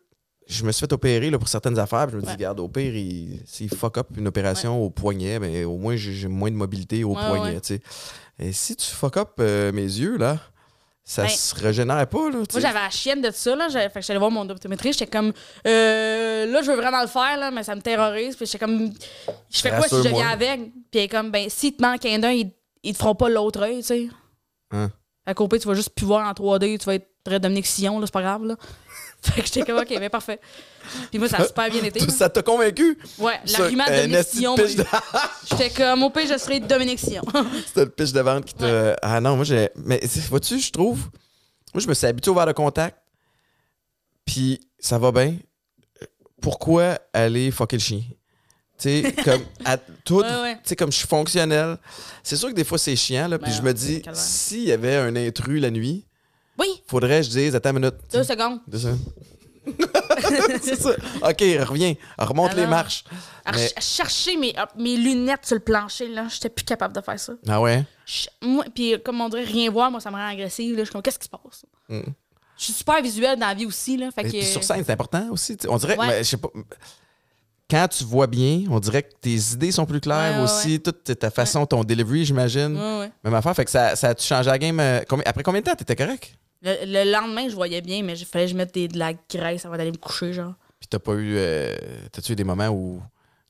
Je me suis fait opérer là, pour certaines affaires. puis Je me dis,
Ouais.
regarde, au pire, il- s'il fuck up une opération au poignet, mais au moins, j'ai j'ai moins de mobilité au
Ouais,
poignet.
ouais.
tu sais. Et si tu fuck up euh, mes yeux, là, ça
Ben,
se régénère pas. Là, tu
Moi,
sais.
j'avais la chienne de ça, là. J'avais- Fait que j'allais voir mon optométriste. J'étais comme, euh, là, je veux vraiment le faire, là, mais ça me terrorise. Puis j'étais comme, je fais quoi si je
Rassure-moi.
viens avec? Puis elle est comme, ben, si te manque un d'un, ils, ils te feront pas l'autre œil, tu sais.
Hein.
À côté, tu vas juste plus voir en 3D, tu vas être très Dominique Sillon, là, c'est pas grave, là. fait que j'étais comme, ok, ben, parfait. Puis moi, ça a super bien été. là.
Ça t'a convaincu?
Ouais,
Ça,
l'argument de
euh,
Dominique
nasty
Sillon.
pitch de-
J'étais comme, au pire, je serais Dominique Sillon.
C'était le pitch de vente qui te. Ah non, moi, j'ai. Mais c'est- vois-tu, je trouve. Moi, je me suis habitué au verre de contact. Puis ça va bien. Pourquoi aller fucker le chien? Tu sais, comme à tout.
Ouais, ouais.
Tu sais, comme je suis fonctionnel. C'est sûr que des fois, c'est chiant, là. Puis
Ben,
je me
c'est
dis,
calvaire.
s'il y avait un intrus la nuit,
oui,
faudrait que je dise, attends une minute.
deux secondes.
Deux secondes. c'est ça. OK, reviens. Remonte
Ah
les
non.
marches.
À
Mais-
ch- à chercher mes, ah, mes lunettes sur le plancher, là, j'étais plus capable de faire ça.
Ah ouais?
Je- moi, puis euh, comme on dirait rien voir, moi ça me rend agressive. Là. Je suis comme qu'est-ce qui se passe?
Mm.
Je suis super visuelle dans la vie aussi. Là, fait
Mais
que,
puis sur scène, c'est important aussi. tu sais. On dirait,
Ouais.
mais je sais pas. Quand tu vois bien, on dirait que tes idées sont plus claires
Ouais, ouais,
aussi, toute ta façon, ton delivery, j'imagine.
Ouais, ouais.
Même affaire, fait que ça, ça a-tu changé la game? euh, combi- Après combien de temps t'étais correct?
Le, le lendemain, je voyais bien, mais il fallait que je mette des- de la graisse avant d'aller me coucher. genre.
Puis t'as pas eu. euh, T'as-tu eu des moments où.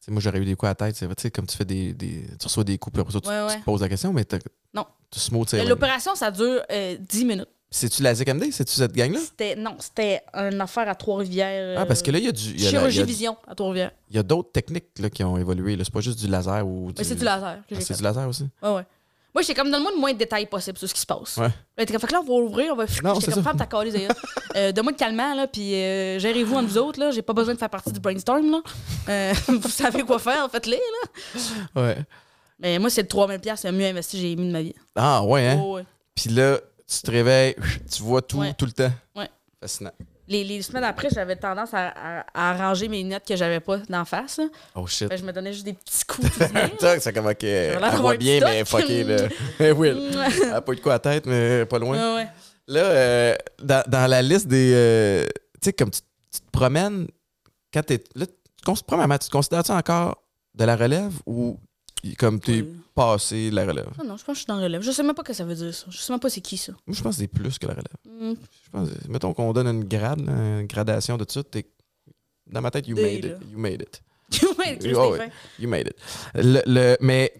tu sais, moi, j'aurais eu des coups à la tête, c'est vrai, tu sais, comme tu fais des, des- Tu reçois des coups, puis après ça, tu,
Ouais,
tu
ouais.
te poses la question, mais t'as.
Non.
Tu smooth, tu sais.
Euh, L'opération, ça dure euh, 10 minutes.
C'est-tu la ZKMD? C'est-tu cette gang-là?
C'était Non, c'était une affaire à Trois-Rivières.
Ah, parce que
euh,
là, il y a du. il y a la- il y
Chirurgie
a-
vision à Trois-Rivières.
Il y a d'autres techniques là, qui ont évolué. là. C'est pas juste du laser ou.
Mais c'est du laser que
Ah,
j'ai
c'est
fait.
du laser aussi.
Ouais, ouais. Moi, j'étais comme, donne-moi le moins de détails possible sur ce qui se passe.
Ouais.
Là, t'es comme, fait que là, on va ouvrir, on va.
Non, c'est
J'étais
ça.
comme, femme, t'as calé, d'ailleurs. Euh, Donne-moi le calmant, là, puis euh, gérez-vous entre vous autres, là. J'ai pas besoin de faire partie du brainstorm, là. Euh, vous savez quoi faire, faites-les, là.
Ouais.
Mais moi, c'est le 3000$, piastres, c'est le mieux investi que j'ai mis de ma vie.
Ah, ouais, hein?
Oh, ouais.
Puis là, tu te réveilles, tu vois tout,
Ouais.
tout le temps.
Ouais.
Fascinant.
Les, les semaines après, j'avais tendance à, à- à arranger mes lunettes que j'avais pas d'en face. là.
Oh shit.
Fait que je me donnais juste des petits coups. tout de même.
Toc, c'est comme, ok, elle
l'air
voit
d'avoir
bien,
un petit
mais
toc.
fucké, là. Mais Will, elle a pas eu de quoi à tête, mais pas loin.
Ouais, ouais.
Là, euh, dans, dans la liste des... euh, tu sais, comme tu, tu te promènes, quand t'es... Là, tu, cons- premièrement, tu te considères-tu encore de la relève ou comme t'es
Oui.
passé de la relève?
Ah non, je pense que je suis dans le relève. Je sais même pas ce que ça veut dire, ça. Je sais même pas c'est qui, ça.
Moi, je pense que c'est plus que la relève.
Hmm.
Je pense, mettons qu'on donne une grade, là, une gradation de tout, t'es... Dans ma tête, you
Des,
made
là.
it. You made it.
ouais, Chris,
Oh,
t'es
ouais.
fin.
You made it. Le, le- mais,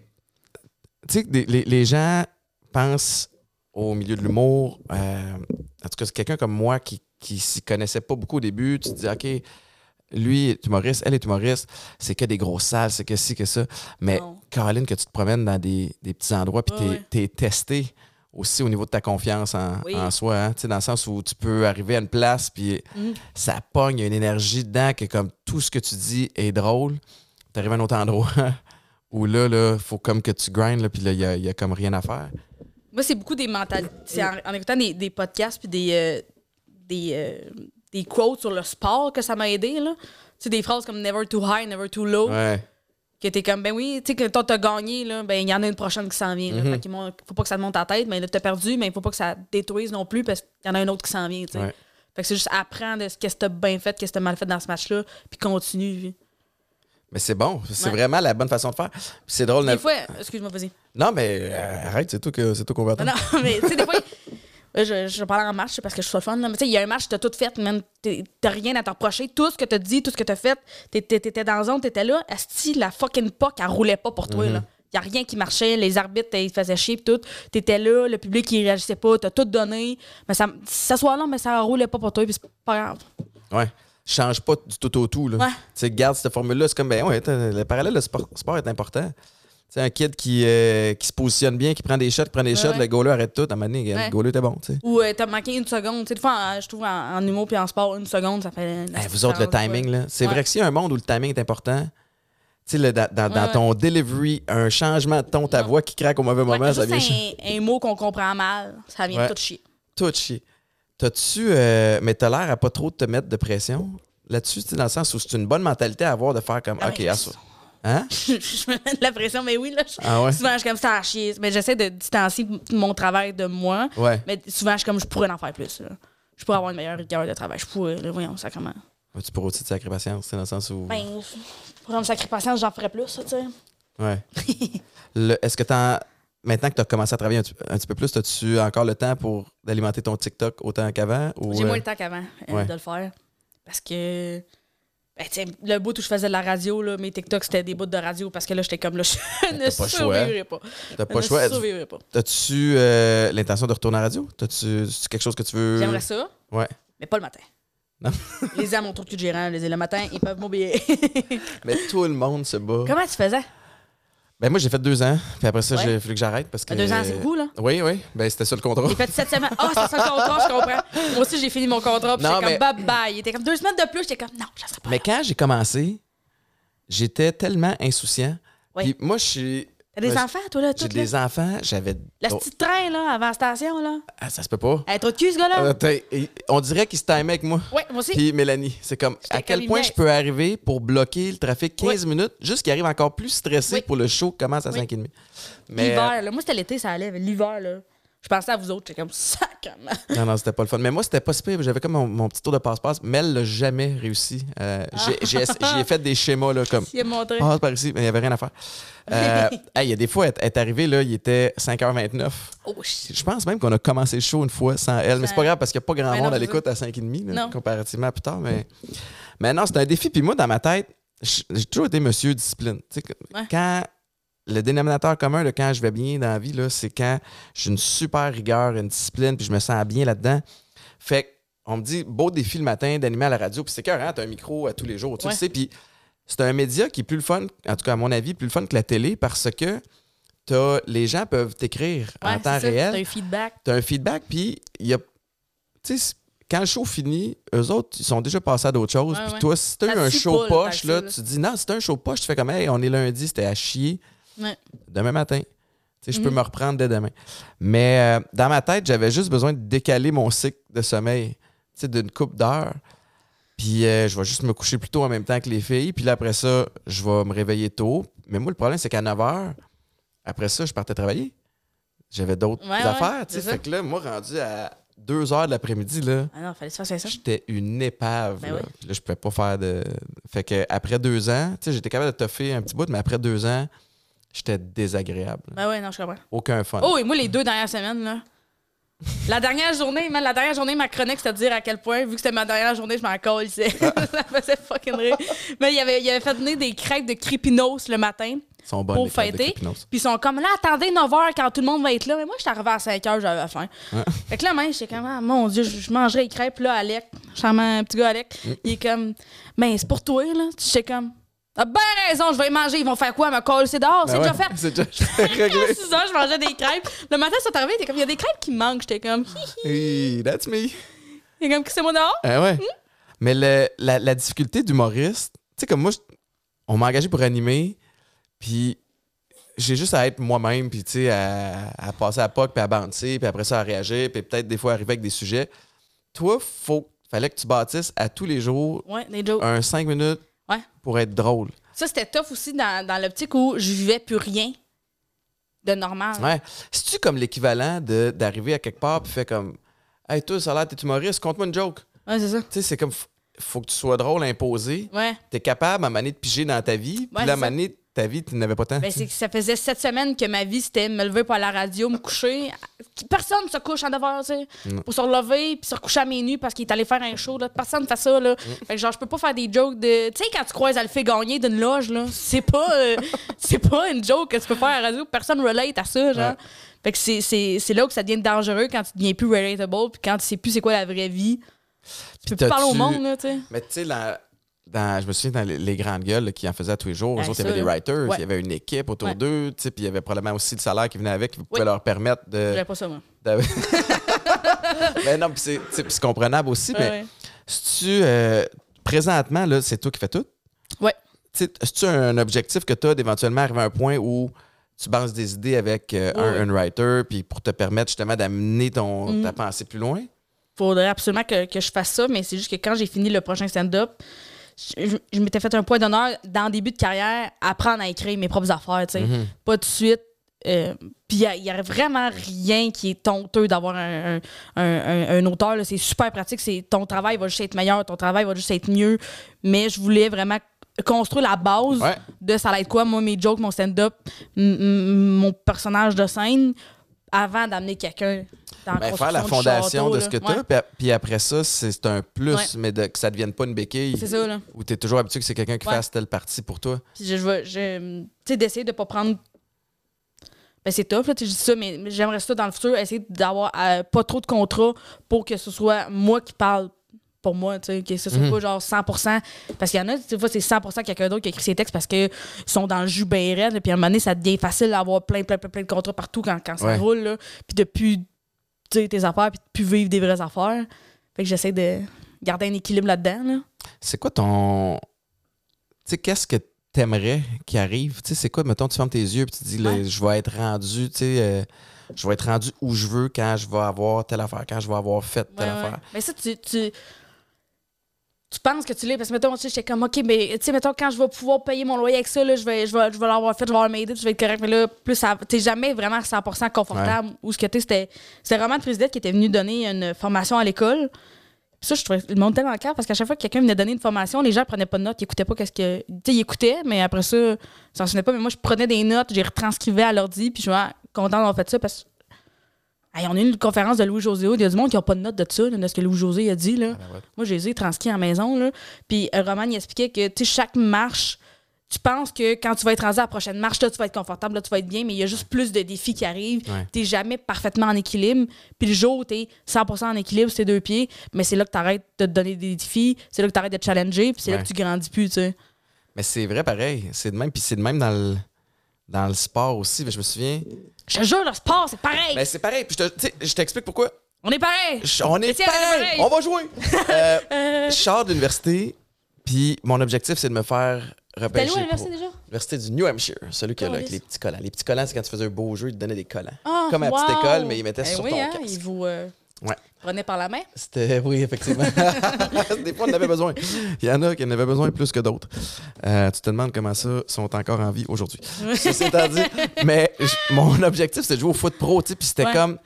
tu sais, des- les, les gens pensent au milieu de l'humour. euh, en tout cas, c'est quelqu'un comme moi qui, qui s'y connaissait pas beaucoup au début. Tu te dis, OK, lui est humoriste, elle est humoriste, c'est que des grosses salles, c'est que ci, que ça. Mais,
Non.
Caroline, que tu te promènes dans des, des petits endroits, puis
Ouais,
t'es- t'es
ouais.
testé aussi au niveau de ta confiance en,
Oui.
en soi, hein. Tu sais, dans le sens où tu peux arriver à une place, puis
Mhm.
ça pogne, il y a une énergie dedans que comme tout ce que tu dis est drôle, t'arrives à un autre endroit où là, là, faut comme que tu grindes, là, puis là, il y a, il y a comme rien à faire.
Moi, c'est beaucoup des mentalités. C'est en, en écoutant des, des podcasts puis des, euh, des, euh, des quotes sur le sport que ça m'a aidé. Là. Tu sais, des phrases comme never too high, never too low.
Ouais.
Que t'es comme, ben oui, tu sais, que toi, t'as gagné, là, ben il y en a une prochaine qui s'en vient. là.
Mm-hmm.
Fait qu'il mon- faut pas que ça te monte à la tête, mais là, t'as perdu, mais il faut pas que ça te détruise non plus parce qu'il y en a une autre qui s'en vient. tu sais.
Ouais.
Fait que c'est juste apprendre de ce qu'est-ce que t'as bien fait, qu'est-ce que t'as mal fait dans ce match-là, puis continue.
Mais c'est bon, c'est
Ouais.
vraiment la bonne façon de faire. Puis C'est drôle.
Des
na-
fois, excuse-moi, vas-y.
Non, mais euh, arrête, c'est tout que c'est tout qu'on va
Non,
attendre.
Ah non, mais tu sais, des fois, là, je, je parle en match parce que je suis sur le fun, là, mais tu sais, il y a un match, t'as tout fait, même t'as rien à te reprocher. Tout ce que t'as
Mm-hmm.
dit, tout ce que t'as fait, t'étais t'étais dans la zone, t'étais là. Asti, la fucking puck, elle roulait pas pour toi, là. Il n'y a rien qui marchait. Les arbitres, ils te faisaient chier, pis tout. Tu étais là, le public, il réagissait pas, tu as tout donné. Mais ça, ça soit long, mais ça roulait pas pour toi, puis c'est pas grave.
Ouais. Change pas du tout au tout. Là.
Ouais.
Tu sais, garde cette formule-là. C'est comme, ben ouais, t'as- le parallèle, le sport, sport est important. Tu sais, un kid qui, euh, qui se positionne bien, qui prend des shots, qui prend des shots,
ouais.
le goaler arrête tout. À un moment donné, le
Ouais.
goaler était bon. tu sais.
Ou euh, t'as manqué une seconde. Tu sais, des fois, en- je trouve en, en humour puis en sport, une seconde, ça fait. une
Hey, Eh, vous autres, le
différence,
timing,
ouais.
là. C'est
Ouais.
vrai que s'il y a un monde où le timing est important, tu sais, le- dans, dans- dans
ouais.
ton delivery, un changement de ton, ta voix qui craque au mauvais
Ouais,
moment, ça
juste
vient chier.
un, un mot qu'on comprend mal, ça vient
Ouais.
tout chier.
Tout chier. T'as-tu. euh, mais t'as l'air à pas trop te mettre de pression là-dessus, tu sais, dans le sens où c'est une bonne mentalité à avoir de faire comme,
Ah,
OK,
mais-
à ça. Hein?
je me mets de la pression, mais oui, là, je-
Ah ouais?
souvent, je suis comme ça à chier. Mais j'essaie de distancier m- mon travail de moi.
Ouais.
Mais souvent, je suis comme, je pourrais en faire plus. là. Je pourrais avoir une meilleure rigueur de travail. Je pourrais, là, voyons, ça comment.
Ouais, Tu pourrais aussi te sacrer patience, c'est dans le sens où.
Ben, pour me sacrer patience, j'en ferais plus, ça, tu sais.
Ouais. Le- Est-ce que t'en. Maintenant que tu as commencé à travailler un, petit- un petit peu plus, as-tu encore le temps pour d'alimenter ton TikTok autant qu'avant? ou,
J'ai
euh,
moins le temps qu'avant euh,
Ouais.
de le faire. Parce que. Ben, tu sais, le bout où je faisais de la radio, là, mes TikToks, c'était des bouts de radio parce que là, j'étais comme là, je ne
pas le choix.
survivrai pas.
T'as
Je
pas le
ne
choix.
survivrai pas.
T'as-tu euh, l'intention de retourner à la radio? T'as-tu c'est-tu quelque chose que tu veux?
J'aimerais ça,
Ouais.
mais pas le matin.
Non.
les âmes ont trop de cul de gérant, les le matin, ils peuvent m'oublier.
Mais tout le monde se bat.
Comment tu faisais?
Ben moi j'ai fait deux ans, puis après ça
Ouais.
j'ai fallu que j'arrête parce que.
Ben, deux ans, c'est beaucoup, là.
Oui, oui. Ben c'était ça le contrat.
J'ai fait sept semaines. Ah, c'est ça le contrat, je comprends. Moi aussi, j'ai fini mon contrat, puis
Non,
j'étais
mais-
comme bye bye. Il était comme deux semaines de plus, j'étais comme non, je ne serais pas.
Mais quand j'ai commencé, j'étais tellement insouciant.
Ouais.
Puis moi je suis.
T'as des
ben,
enfants, toi, là, tout,
J'ai
là?
des enfants, j'avais.
La
Oh,
petite train, là, avant la station, là.
ah, ça se peut pas.
Elle est trop de cul, ce gars-là?
Euh, t'es- et- on dirait qu'ils se timaient avec moi.
ouais, moi aussi.
Puis Mélanie, c'est comme à
comme,
quel
il
point
niaise.
je peux arriver pour bloquer le trafic 15 minutes, juste qu'il arrive encore plus stressé
Oui.
pour le show qui commence à
Oui.
5h30. euh,
L'hiver, là. Moi, c'était l'été, ça allait, mais l'hiver, là. Je pensais à vous autres, j'étais comme sacrement.
euh, Non, non, c'était pas le fun. Mais moi, c'était pas si pire. J'avais comme mon, mon petit tour de passe-passe. Mel l'a jamais réussi. Euh,
Ah.
j'ai- j'ai essa- J'y ai, fait des schémas, là, comme
Il a montré.
passe par ici, mais il n'y avait rien à faire. Euh, hey, Il y a des fois, elle est- elle est arrivée, là, il était 5h29.
Oh, shit.
Je pense même qu'on a commencé le show une fois sans elle, mais c'est pas grave parce qu'il n'y a pas grand
Ben non,
monde à
c'est
l'écoute à 5h30, là,
Non.
comparativement à plus tard. Mais, mais non, c'est un défi. Puis moi, dans ma tête, j- j'ai toujours été monsieur discipline. Tu sais, que-
Ouais.
Quand le dénominateur commun de quand je vais bien dans la vie, là, c'est quand j'ai une super rigueur, une discipline, puis je me sens bien là-dedans. Fait que, on me dit, beau défi le matin d'animer à la radio, puis c'est cœur, hein, t'as un micro à tous les jours, tu
Ouais.
le sais. Puis c'est un média qui est plus le fun, en tout cas à mon avis, plus le fun que la télé parce que t'as- les gens peuvent t'écrire
Ouais,
en
c'est
temps
ça,
réel
T'as un feedback.
t'as un feedback, puis il y a. Tu sais, c- quand le show finit, eux autres, ils sont déjà passés à d'autres choses.
Ouais,
puis
ouais.
toi, si t'as
Ça
eu un
te suit
show
pas, là,
poche,
facile,
là,
là.
tu dis non, c'est un show poche, tu fais comme, hey, on est lundi, c'était à chier.
Ouais.
Demain matin. Tu sais, je peux me reprendre dès demain. Mais euh, dans ma tête, j'avais juste besoin de décaler mon cycle de sommeil, tu sais, d'une coupe d'heures. Puis euh, je vais juste me coucher plus tôt en même temps que les filles. Puis là, après ça, je vais me réveiller tôt. Mais moi, le problème, c'est qu'à 9 h, après ça, je partais travailler. J'avais d'autres
Ouais, ouais,
affaires. tu sais.
c'est ça.
fait que là, moi, rendu à 2 h de l'après-midi, là,
Ah non, fallait se faire c'est ça.
j'étais une épave.
Ben
là.
oui.
Puis là, je pouvais pas faire de. Fait que après deux ans, tu sais, j'étais capable de toffer un petit bout, mais après deux ans, j'étais désagréable.
Ben ouais, non, je comprends.
Aucun fun.
Oh, et moi, les deux dernières semaines, là. La dernière journée, man, la dernière journée, ma chronique, c'est à dire à quel point, vu que c'était ma dernière journée, je m'en colle, c'est- ça me faisait fucking rire. Mais il avait, il avait fait venir des crêpes de crépinos le matin.
Ils sont bonnes,
pour
les crêpes de
fêter.
Crépinos.
Puis ils sont comme là, attendez 9h quand tout le monde va être là. Mais moi, je suis arrivée à 5h, j'avais faim. Fait que là, même, j'étais comme, ah, mon Dieu, je je mangerais les crêpes. Puis Là, Alec, charmant un petit gars, Alec,
Mm.
il est comme, mais c'est pour toi, là. J'étais comme, ah, ben raison, je vais les manger. Ils vont faire quoi? Me coller, c'est dehors, c'est
Ben
déjà
ouais,
fait.
C'est déjà réglé.
À 6 heures, je mangeais des crêpes. Le matin, ils sont arrivés, t'es comme, il y a des crêpes qui manquent. J'étais comme, hi, hi.
Hey, that's me.
Il est comme, c'est moi dehors?
Ah ouais. Mais le- la, la difficulté d'humoriste, tu sais, comme moi, je- on m'a engagé pour animer, puis j'ai juste à être moi-même, puis tu sais, à, à passer à POC, puis à bouncer, puis après ça, à réagir, puis peut-être des fois arriver avec des sujets. Toi, faut, fallait que tu bâtisses à tous les jours
Ouais, des jokes.
un 5 minutes
Ouais.
pour être drôle.
Ça, c'était tough aussi dans, dans l'optique où je vivais plus rien de normal.
Ouais. C'est-tu comme l'équivalent de- d'arriver à quelque part, puis faire comme Hey, toi, ça a l'air, t'es humoriste, conte-moi une joke.
Ouais, c'est ça.
Tu sais, c'est comme, f- faut que tu sois drôle, imposé.
Ouais.
T'es capable à maner de piger dans ta vie, puis
Ouais,
la
c'est
manée, ta vie, tu n'avais pas tant.
Ben, c'est que ça faisait sept semaines que ma vie, c'était me lever pour aller à la radio, me coucher. Personne se couche à 9 heures, tu sais. Pour se relever puis se recoucher à minuit parce qu'il est allé faire un show, là. Personne fait ça, là. Fait que, genre, je peux pas faire des jokes de. Tu sais, quand tu croises Alphée Gagné d'une loge, là, c'est pas, euh, c'est pas une joke que tu peux faire à la radio. Personne relate à ça, genre.
Ouais.
Fait que c'est- c'est c'est là que ça devient dangereux quand tu deviens plus relatable puis quand tu sais plus c'est quoi la vraie vie. Tu peux plus
Puis
parler au
t'as-tu- Euh,
monde, là, tu sais.
Mais tu sais, la- dans- je me souviens dans les, les grandes gueules là, qui en faisaient à tous les jours.
Ouais,
eux autres, il y
Ben, ça,
avait des
là.
writers,
Ouais.
il y avait une équipe autour
Ouais.
d'eux, tu sais, puis il y avait probablement aussi le salaire qui venait avec qui pouvait
Oui.
leur permettre de.
J'avais pas ça, moi.
de- ben non, puis c'est tu sais, puis c'est comprenable aussi, mais
Ouais, ouais.
si tu. euh, présentement, là, c'est toi qui fais tout.
Ouais.
Tu sais, Est-ce que tu as un objectif que tu as d'éventuellement arriver à un point où tu bases des idées avec euh,
Ouais, Mm.
un,
ouais.
un writer, puis pour te permettre justement d'amener ton ta pensée plus loin?
faudrait absolument que, que je fasse ça, mais c'est juste que quand j'ai fini le prochain stand-up, je, je- je m'étais fait un point d'honneur dans le début de carrière, apprendre à écrire mes propres affaires, tu sais. Pas tout de suite. euh, Puis il n'y a, vraiment rien qui est honteux d'avoir un, un- un- un- un auteur. là. C'est super pratique. C'est Ton travail va juste être meilleur, ton travail va juste être mieux. Mais je voulais vraiment construire la base
Ouais.
de ça allait être quoi, moi, mes jokes, mon stand-up, m- m- mon personnage de scène, avant d'amener quelqu'un dans la
Ben, faire la
construction du
fondation
château,
de
là.
ce que tu
Ouais.
as, puis, puis après ça, c'est c'est un plus,
Ouais.
mais de- que ça ne devienne pas une béquille.
C'est ça, là.
Où tu es toujours habitué que c'est quelqu'un qui
Ouais.
fasse telle partie pour toi.
Puis je, je vais- je- tu sais, d'essayer de pas prendre. Ben, c'est tough, là, tu sais, je dis ça, mais mais j'aimerais ça dans le futur, essayer d'avoir euh, pas trop de contrats pour que ce soit moi qui parle pour moi, tu sais, que ce soit
Mhm.
pas genre 100%. Parce qu'il y en a, des fois, c'est 100% quelqu'un d'autre qui a écrit ses textes parce qu'ils sont dans le jus bien raide, là, puis à un moment donné, ça devient facile d'avoir plein, plein, plein, plein de contrats partout quand, quand
Ouais.
ça roule, là. Puis de plus, tu sais, tes affaires, puis de plus vivre des vraies affaires. Fait que j'essaie de garder un équilibre là-dedans, là.
C'est quoi ton. Tu sais, qu'est-ce que tu aimerais qui arrive? Tu sais, c'est quoi, mettons, tu fermes tes yeux puis tu dis, là,
Ouais.
je vais être rendu, tu sais, euh, je vais être rendu où je veux quand je vais avoir telle affaire, quand je vais avoir fait telle
Ouais, ouais.
affaire.
Mais ça, tu, tu, tu penses que tu l'es. Parce que, mettons, tu sais, j'étais comme, OK, mais, tu sais, mettons, quand je vais pouvoir payer mon loyer avec ça, là, je vais, je vais, je vais l'avoir fait, je vais avoir m'aider, je vais être correct. Mais là, plus, ça- t'es jamais vraiment 100 confortable. Ou ce que t'es, c'était, c'était Roman Présidette qui était venu donner une formation à l'école. Puis ça, je trouvais le monde tellement cœur parce qu'à chaque fois que quelqu'un venait donner une formation, les gens prenaient pas de notes, ils écoutaient pas qu'est-ce que. Tu sais, ils écoutaient, mais après ça, ils s'en souvenaient pas. Mais moi, je prenais des notes, j'ai retranscrivais à l'ordi, puis je suis content d'avoir fait ça parce que Hey, on a eu une conférence de Louis José. Aude. Il y a du monde qui n'a pas de note de ça, là, de ce que Louis José a dit. Là.
Ah, ben ouais.
Moi, je les ai transcrits à la maison. Là. Puis euh, Roman, il expliquait que tu sais, chaque marche, tu penses que quand tu vas être rendu à la prochaine marche, là, tu vas être confortable, là, tu vas être bien, mais il y a juste plus de défis qui arrivent.
Ouais.
Tu n'es jamais parfaitement en équilibre. Puis le jour où tu es 100 en équilibre sur tes deux pieds, mais c'est là que tu arrêtes de te donner des défis, c'est là que tu arrêtes de te challenger, puis c'est là
Ouais.
que tu grandis plus. tu sais.
Mais c'est vrai pareil. C'est de même, puis c'est de même dans le, dans le sport aussi. Mais je me souviens.
Je te jure, le sport, c'est pareil.
Mais c'est pareil, puis je te- tu sais, je t'explique pourquoi.
On est pareil.
Je- on est
Étienne,
pareil.
pareil.
On va jouer. Euh, je sors de l'université, puis mon objectif, c'est de me faire
T'es
repêcher.
allé où à l'université
pro.
déjà?
L'université du New Hampshire, celui qui a là, avec
Calisse.
les petits collants. Les petits collants, c'est quand tu faisais un beau jeu, ils te donnaient des collants.
Ah,
Comme à la petite
wow.
école, mais ils mettaient
Eh
sur
oui,
ton
hein,
casque.
Ils vous euh,
Ouais.
prenaient par la main.
C'était, oui, effectivement. des fois, on en avait besoin. Il y en a qui en avaient besoin plus que d'autres. Euh, tu te demandes comment ça sont encore en vie aujourd'hui. Ceci étant dit, mais j- mon objectif, c'est de jouer au foot pro, tu sais, puis c'était
Ouais.
comme,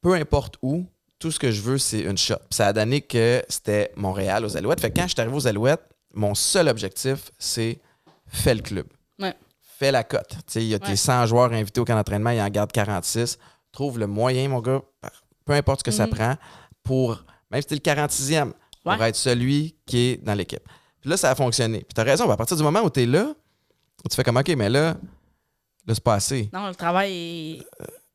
peu importe où, tout ce que je veux, c'est une shot. Puis ça a donné que c'était Montréal aux Alouettes. Fait que quand je suis arrivé aux Alouettes, mon seul objectif, c'est fais le club.
Ouais.
Fais la cote. Tu sais, il y a tes
Ouais.
100 joueurs invités au camp d'entraînement, il en garde 46. Trouve le moyen, mon gars, par- peu importe ce que ça prend, pour, même si t'es le 46e, pour
Mhm. Ouais.
être celui qui est dans l'équipe. Puis là, ça a fonctionné. Puis t'as raison, à partir du moment où t'es là, tu fais comme, OK, mais là, là, c'est pas assez.
Non, le travail est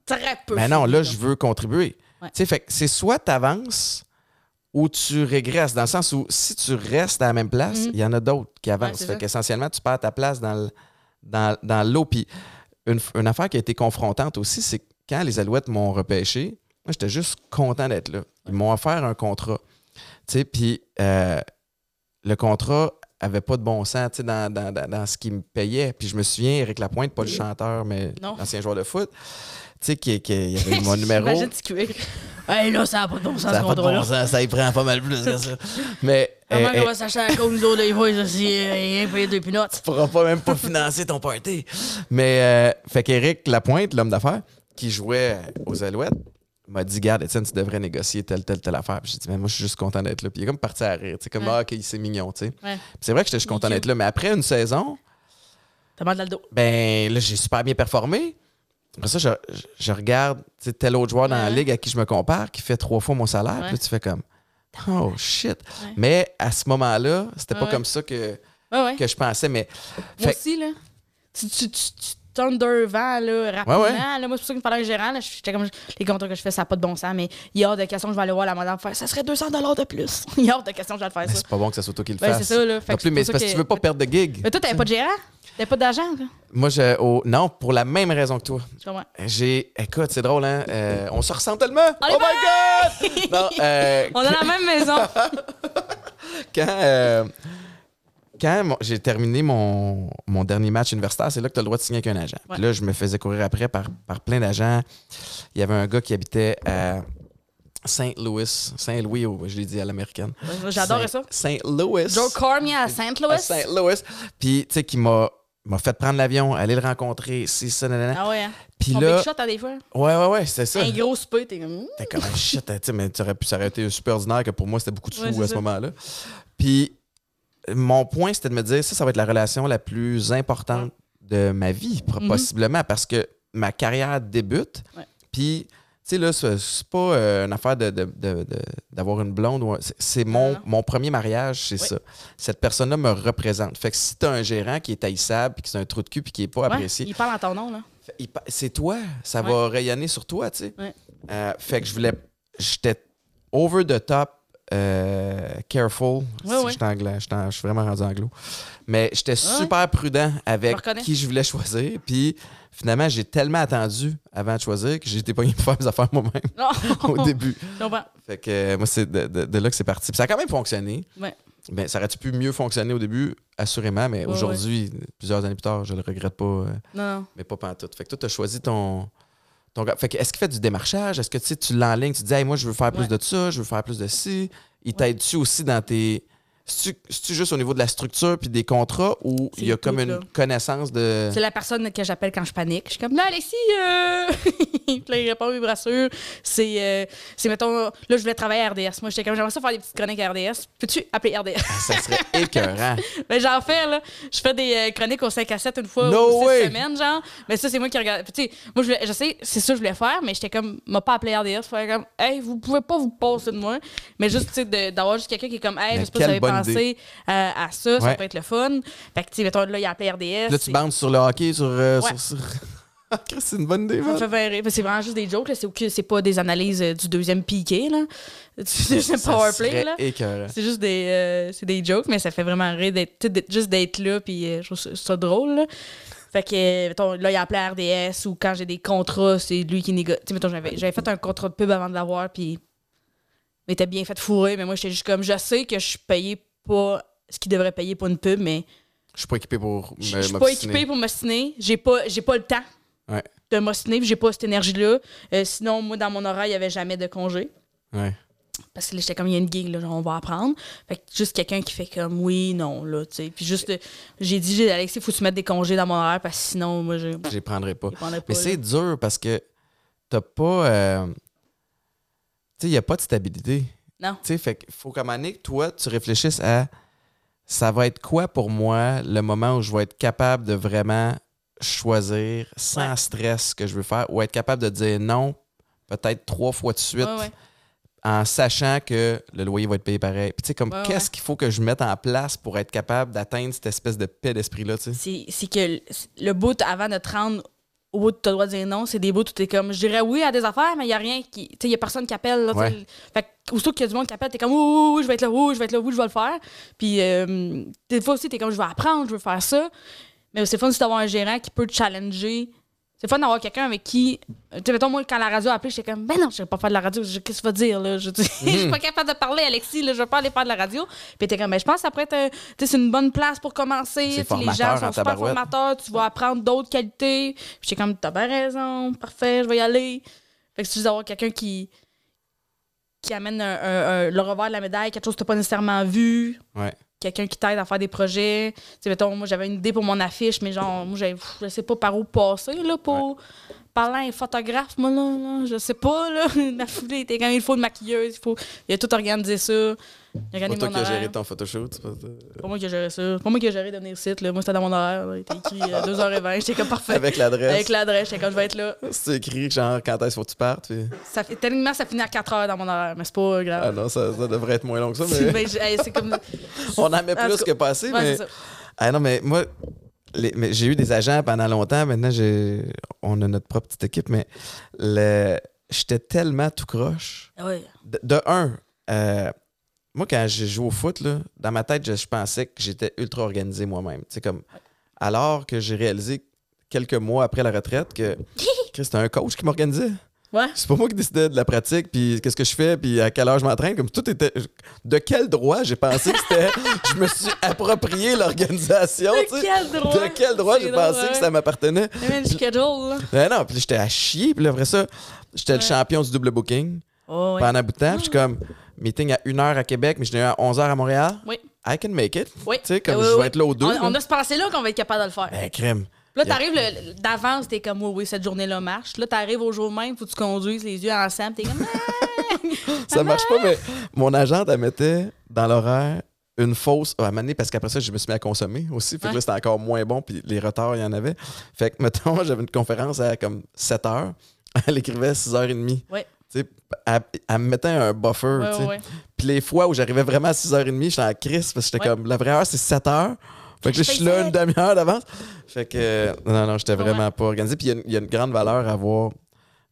très peu.
Mais non,
fini,
là, je veux contribuer.
Ouais.
Tu sais, fait que c'est soit tu avances ou tu régresses, dans le sens où si tu restes à la même place, il y en a d'autres qui avancent.
Mhm. c'est
fait
ça.
qu'essentiellement, tu perds ta place dans le- dans, dans l'eau. Puis une, f- une affaire qui a été confrontante aussi, c'est que quand les Alouettes m'ont repêché, moi, j'étais juste content d'être là. Ils m'ont offert un contrat. Tu sais, puis euh, le contrat avait pas de bon sens tu sais, dans, dans, dans, dans ce qu'il me payait. Puis je me souviens, Eric Lapointe, pas le chanteur, mais
Non.
l'ancien joueur de foot, tu sais, qui, qui il avait eu mon numéro.
Imagine tu cuis. Hey, là, ça n'a pas de bon sens,
Ça
ce Ah,
a pas de
contrat-là.
bon sens, ça y prend pas mal plus que ça. Mais
Comment
eh,
on
eh,
va s'acheter à cause nous autres, les boys, aussi, euh, rien payer deux pinottes?
tu pourras pas même pas financer ton party. Mais euh, fait qu'Éric Lapointe, l'homme d'affaires, qui jouait aux Alouettes, m'a dit Garde, Étienne, tu devrais négocier telle, telle, telle affaire. Puis J'ai dit Mais moi, je suis juste content d'être là. Puis il est comme parti à rire. Tu sais, comme
Ouais.
Ah, ok, c'est mignon. tu sais.
Ouais.
Puis C'est vrai que j'étais juste content
Il est
d'être là. Mais après une saison,
T'as mal dans le dos.
ben là, j'ai super bien performé. Après ça, je, je- je regarde tu sais, tel autre joueur dans la
Ouais.
ligue à qui je me compare qui fait trois fois mon salaire.
Ouais.
Puis là, tu fais comme Oh shit! Mais à ce moment-là, c'était pas
Ouais.
comme ça que,
Ouais, ouais.
que je pensais. Mais
Moi
Fait-
aussi, là. Tu, tu, tu, tu t'undervends, là, rapidement.
Ouais, ouais.
Là, moi, c'est pour ça que me parlait un gérant. Là, j'étais comme, les contrats que je fais, ça n'a pas de bon sens, mais il y a hors de question que je vais aller voir la madame faire ça serait 200 de plus. Il y a hors de question que je vais le faire,
mais
ça.
c'est pas bon que ça soit toi qui le
Ouais,
fasse.
c'est ça, là. Fait
Non
que
plus,
c'est
mais c'est
pour ça
parce que
que-
tu veux pas perdre de gig.
Mais toi, t'avais pas de gérant? T'avais pas d'agent, là?
Moi, je. oh, non, pour la même raison que toi.
Je comprends.
J'ai. Écoute, c'est drôle, hein? Euh, on se ressemble tellement!
On est
oh my god! Non, euh,
On est dans la même maison.
quand. euh, quand mon- j'ai terminé mon, mon dernier match universitaire, c'est là que tu as le droit de signer avec un agent. Puis
Ouais.
là, je me faisais courir après par, par plein d'agents. Il y avait un gars qui habitait à Saint-Louis. Saint-Louis, oh, je l'ai dit à l'américaine.
J'adorais ça.
Saint- Saint-Louis.
Joe Cormier à Saint-Louis.
à Saint-Louis. Puis, tu sais, qui m'a m'a fait prendre l'avion, aller le rencontrer, si ça, nanana.
Ah ouais, hein?
Puis
On
là,
big shot, hein, des fois.
ouais, ouais, ouais, c'est ça.
Un gros souper, t'es comme... hmm?
T'es comme Ah, shit, hein, tu sais, mais tu aurais pu s'arrêter super ordinaire que pour moi c'était beaucoup de sous
Ouais, c'est
à ce
ça.
moment-là. Puis mon point c'était de me dire ça, ça va être la relation la plus importante de ma vie pro-
Mhm.
possiblement parce que ma carrière débute.
Ouais.
Puis tu sais là, c'est c'est pas euh, une affaire de- de- de- de- d'avoir une blonde. ou un- c'est- C'est mon,
non.
mon premier mariage, c'est
Oui.
ça. Cette personne-là me représente. Fait que si t'as un gérant qui est taillissable, puis qui c'est un trou de cul, puis qui est pas
Ouais,
apprécié,
il parle en ton nom, là.
fait- il pa- C'est toi, ça
Ouais.
va rayonner sur toi, tu sais.
Ouais.
Euh, fait que je voulais. J'étais over the top, euh, careful.
Ouais,
si
ouais.
j'étais anglais, j'étais en- je suis vraiment rendu anglo. Mais j'étais
ouais.
super prudent avec
reconnais.
qui je voulais choisir. Puis finalement, j'ai tellement attendu avant de choisir que j'ai été pogné pour faire mes affaires moi-même
Non. Oh.
au début.
Je comprends.
Fait que euh, moi, c'est de, de- de là que c'est parti. Puis ça a quand même fonctionné.
Ouais.
Mais ça aurait-tu pu mieux fonctionner au début, assurément. Mais
Ouais, ouais.
aujourd'hui, plusieurs années plus tard, je le regrette pas. euh,
Non, non.
mais pas pantoute. Fait que toi, tu as choisi ton. ton gars. Fait que est-ce qu'il fait du démarchage? Est-ce que tu sais, tu l'enlignes, tu dis, hey, moi, je veux faire plus
Ouais.
de ça, je veux faire plus de ci. Il t'aide-tu aussi dans tes. C'est-tu c'est-tu juste au niveau de la structure puis des contrats ou
C'est
il y a
tout,
comme une
là.
connaissance de.
C'est la personne que j'appelle quand je panique. Je suis comme, là, Alexis, euh... Puis là, il répond, il me rassure. C'est, euh, c'est, mettons, là, je voulais travailler à RDS. Moi, j'étais comme, j'aimerais ça faire des petites chroniques à RDS. Peux-tu appeler RDS?
Ça serait écœurant.
ben, j'en fais, là. Je fais des euh, chroniques au 5 à 7 une fois
No
ou
way!
cette semaine, genre. Mais ça, c'est moi qui regarde. Puis, tu sais, moi, je, voulais- je sais, c'est ça que je voulais faire, mais j'étais comme, m'a pas appelé RDS. Faut comme, hey, vous pouvez pas vous passer de moi. Mais juste, tu sais, de- d'avoir juste quelqu'un qui est comme, hey,
Mais
je sais pas si vous
quelle
avez
bonne
pensé
idée.
euh, à ça,
Ouais.
ça peut être le fun. Fait que, tu sais, mettons, là, il a appelé RDS.
là, tu
et-
bandes sur le hockey, sur. euh,
Ouais.
sur- sur- Chris, c'est une bonne idée,
Ça me
man.
fait bien rire. Parce que C'est vraiment juste des jokes, là. C'est, aucune- c'est pas des analyses euh, du deuxième piqué, là. Du deuxième
Ça
powerplay,
serait
là.
écœurant.
C'est juste des, euh, c'est des jokes, mais ça fait vraiment rire d'être, tu sais, d'être- juste d'être là, puis euh, je trouve ça- je trouve ça drôle, là. Fait que, euh, mettons, là, il a appelé à RDS, ou quand j'ai des contrats, c'est lui qui négocie. Tu sais, mettons, j'avais, j'avais fait un contrat de pub avant de l'avoir, puis il m'était bien fait fourrer, mais moi, j'étais juste comme, je sais que je suis payé pas ce qu'il devrait payer pour une pub, mais
Je suis pas équipé pour.
je
me-
je suis pas
m'obstiner.
équipée pour m'ostiner. J'ai pas, j'ai pas le temps
Ouais.
de m'ostiner, puis j'ai pas cette énergie-là. Euh, sinon, moi, dans mon horaire, il y avait jamais de congé.
Ouais.
Parce que là, j'étais comme, il y a une gig, là, genre, on va apprendre. Fait que juste quelqu'un qui fait comme, oui, non, là, tu sais. Puis juste, euh, j'ai dit, j'ai dit, Alexis, faut que tu mettes des congés dans mon horaire, parce que sinon, moi, je je
J'y prendrais pas.
prendrais pas.
Mais
là.
c'est dur parce que t'as pas. euh, Tu sais, il n'y a pas de stabilité.
Non.
Tu sais, fait qu'il faut qu'à un moment donné, toi, tu réfléchisses à ça va être quoi pour moi le moment où je vais être capable de vraiment choisir sans
Ouais.
stress ce que je veux faire ou être capable de dire non peut-être trois fois de suite
Ouais, ouais.
en sachant que le loyer va être payé pareil. Puis tu sais, comme
Ouais,
qu'est-ce qu'il faut que je mette en place pour être capable d'atteindre cette espèce de paix d'esprit-là, tu sais?
C'est c'est que le- le bout, avant de te rendre au bout, t'as le droit de dire non, c'est des bouts où t'es comme, je dirais oui à des affaires, mais il y a rien qui. Tu sais, il y a personne qui appelle, là, tu sais.
Ouais.
Fait que, aussitôt qu'il y a du monde qui appelle, t'es comme, oui, oui, oui, je vais être là, oui, je vais être là, oui, je vais le faire. Puis, euh, des fois aussi, t'es comme, je vais apprendre, je veux faire ça. Mais c'est le fun aussi d'avoir un gérant qui peut te challenger. C'est le fun d'avoir quelqu'un avec qui. Tu sais, mettons, moi, quand la radio a appelé, j'étais comme, ben non, je vais pas faire de la radio. Je- Qu'est-ce que tu vas dire, là? Je dis, je
Hmm.
suis pas capable de parler, Alexis, là, je vais pas aller faire de la radio. Puis t'es comme, ben je pense que ça pourrait être. un- Tu sais, c'est une bonne place pour commencer.
C'est
Puis les
formateur en
gens sont super
tabarouette.
formateurs, tu vas apprendre d'autres qualités. Puis j'étais comme, t'as bien raison, parfait, je vais y aller. Fait que c'est juste d'avoir quelqu'un qui. qui amène un- un- un- le revers de la médaille, quelque chose que t'as pas nécessairement vu
Ouais.
quelqu'un qui t'aide à faire des projets. Tu sais, mettons, moi, j'avais une idée pour mon affiche, mais genre, moi, j'avais- pff, je sais pas par où passer, là, pour, parlant à un photographe, moi, là, là, je sais pas, là. Ma foulée était quand même, il faut une maquilleuse, il faut. Il a tout organisé ça. Il a
C'est
gagné
toi
mon
qui as
horaire.
géré ton photoshoot. c'est pas ça?
C'est Pas moi qui ai géré ça. C'est Pas moi qui ai géré de venir site, là. Moi, c'était dans mon horaire, là. Il était écrit euh, à 2h20. J'étais comme parfait.
Avec l'adresse.
Avec l'adresse, j'étais comme je vais être là.
C'est écrit genre quand est-ce faut que tu partes. puis-
Ça fait, techniquement, ça finit à 4h dans mon horaire, mais c'est pas
Ah
grave.
non, ça, ça devrait être moins long que ça, Ah, mais
Ben, j'ai- hey, c'est comme.
on en met
En
plus
tout
que pas assez.
Ouais,
mais...
c'est ça.
Ah non, mais moi, les- mais j'ai eu des agents pendant longtemps. Maintenant, j'ai, on a notre propre petite équipe, mais le, j'étais tellement tout croche.
Ah Ouais.
De, de un, euh, moi, quand j'ai joué au foot, là, dans ma tête, je, je pensais que j'étais ultra organisé moi-même. Tu sais, comme, alors que j'ai réalisé quelques mois après la retraite que Chris, c'était un coach qui m'organisait.
Ouais.
C'est pas moi qui décidais de la pratique, puis qu'est-ce que je fais, puis à quelle heure je m'entraîne. Comme tout était. De quel droit j'ai pensé que c'était. je me suis approprié l'organisation, tu
De
sais.
quel droit?
De quel droit
C'est
j'ai
drôle,
pensé que ça m'appartenait?
ouais. Man, je schedule, là.
Ben non, puis j'étais à chier, puis là, après ça, j'étais le
Ouais.
champion du double booking
Oh, ouais.
pendant un bout de temps. Puis je suis comme, meeting à 1h à Québec, mais je l'ai eu à 11h à Montréal.
Oui.
I can make it.
Oui.
Tu sais, comme
Oui,
je vais
oui,
être là aux deux.
On,
là.
on a ce pensée-là qu'on va être capable de le faire.
Ben, crème.
Là, t'arrives le- d'avance, t'es comme, oui, oui, cette journée-là marche. Là, t'arrives au jour même, faut que tu conduises les yeux ensemble. T'es comme, ah,
Ça marche pas, mais mon agente, elle mettait dans l'horaire une fausse à un moment donné, parce qu'après ça, je me suis mis à consommer aussi. Fait que
Ouais.
là, c'était encore moins bon, puis les retards, il y en avait. Fait que, mettons, j'avais une conférence à comme 7 h. Elle écrivait 6h30.
Ouais.
Tu sais, elle, elle me mettait un buffer.
Ouais,
tu sais.
ouais.
Puis les fois où j'arrivais vraiment à 6h30, j'étais en crise parce que j'étais
Ouais.
comme, la vraie heure, c'est 7h. Fait que là, je suis là une demi-heure d'avance. Fait que, euh, non, non, j'étais
Ouais.
vraiment pas organisé. Puis il y a une- il y, a une grande valeur à avoir.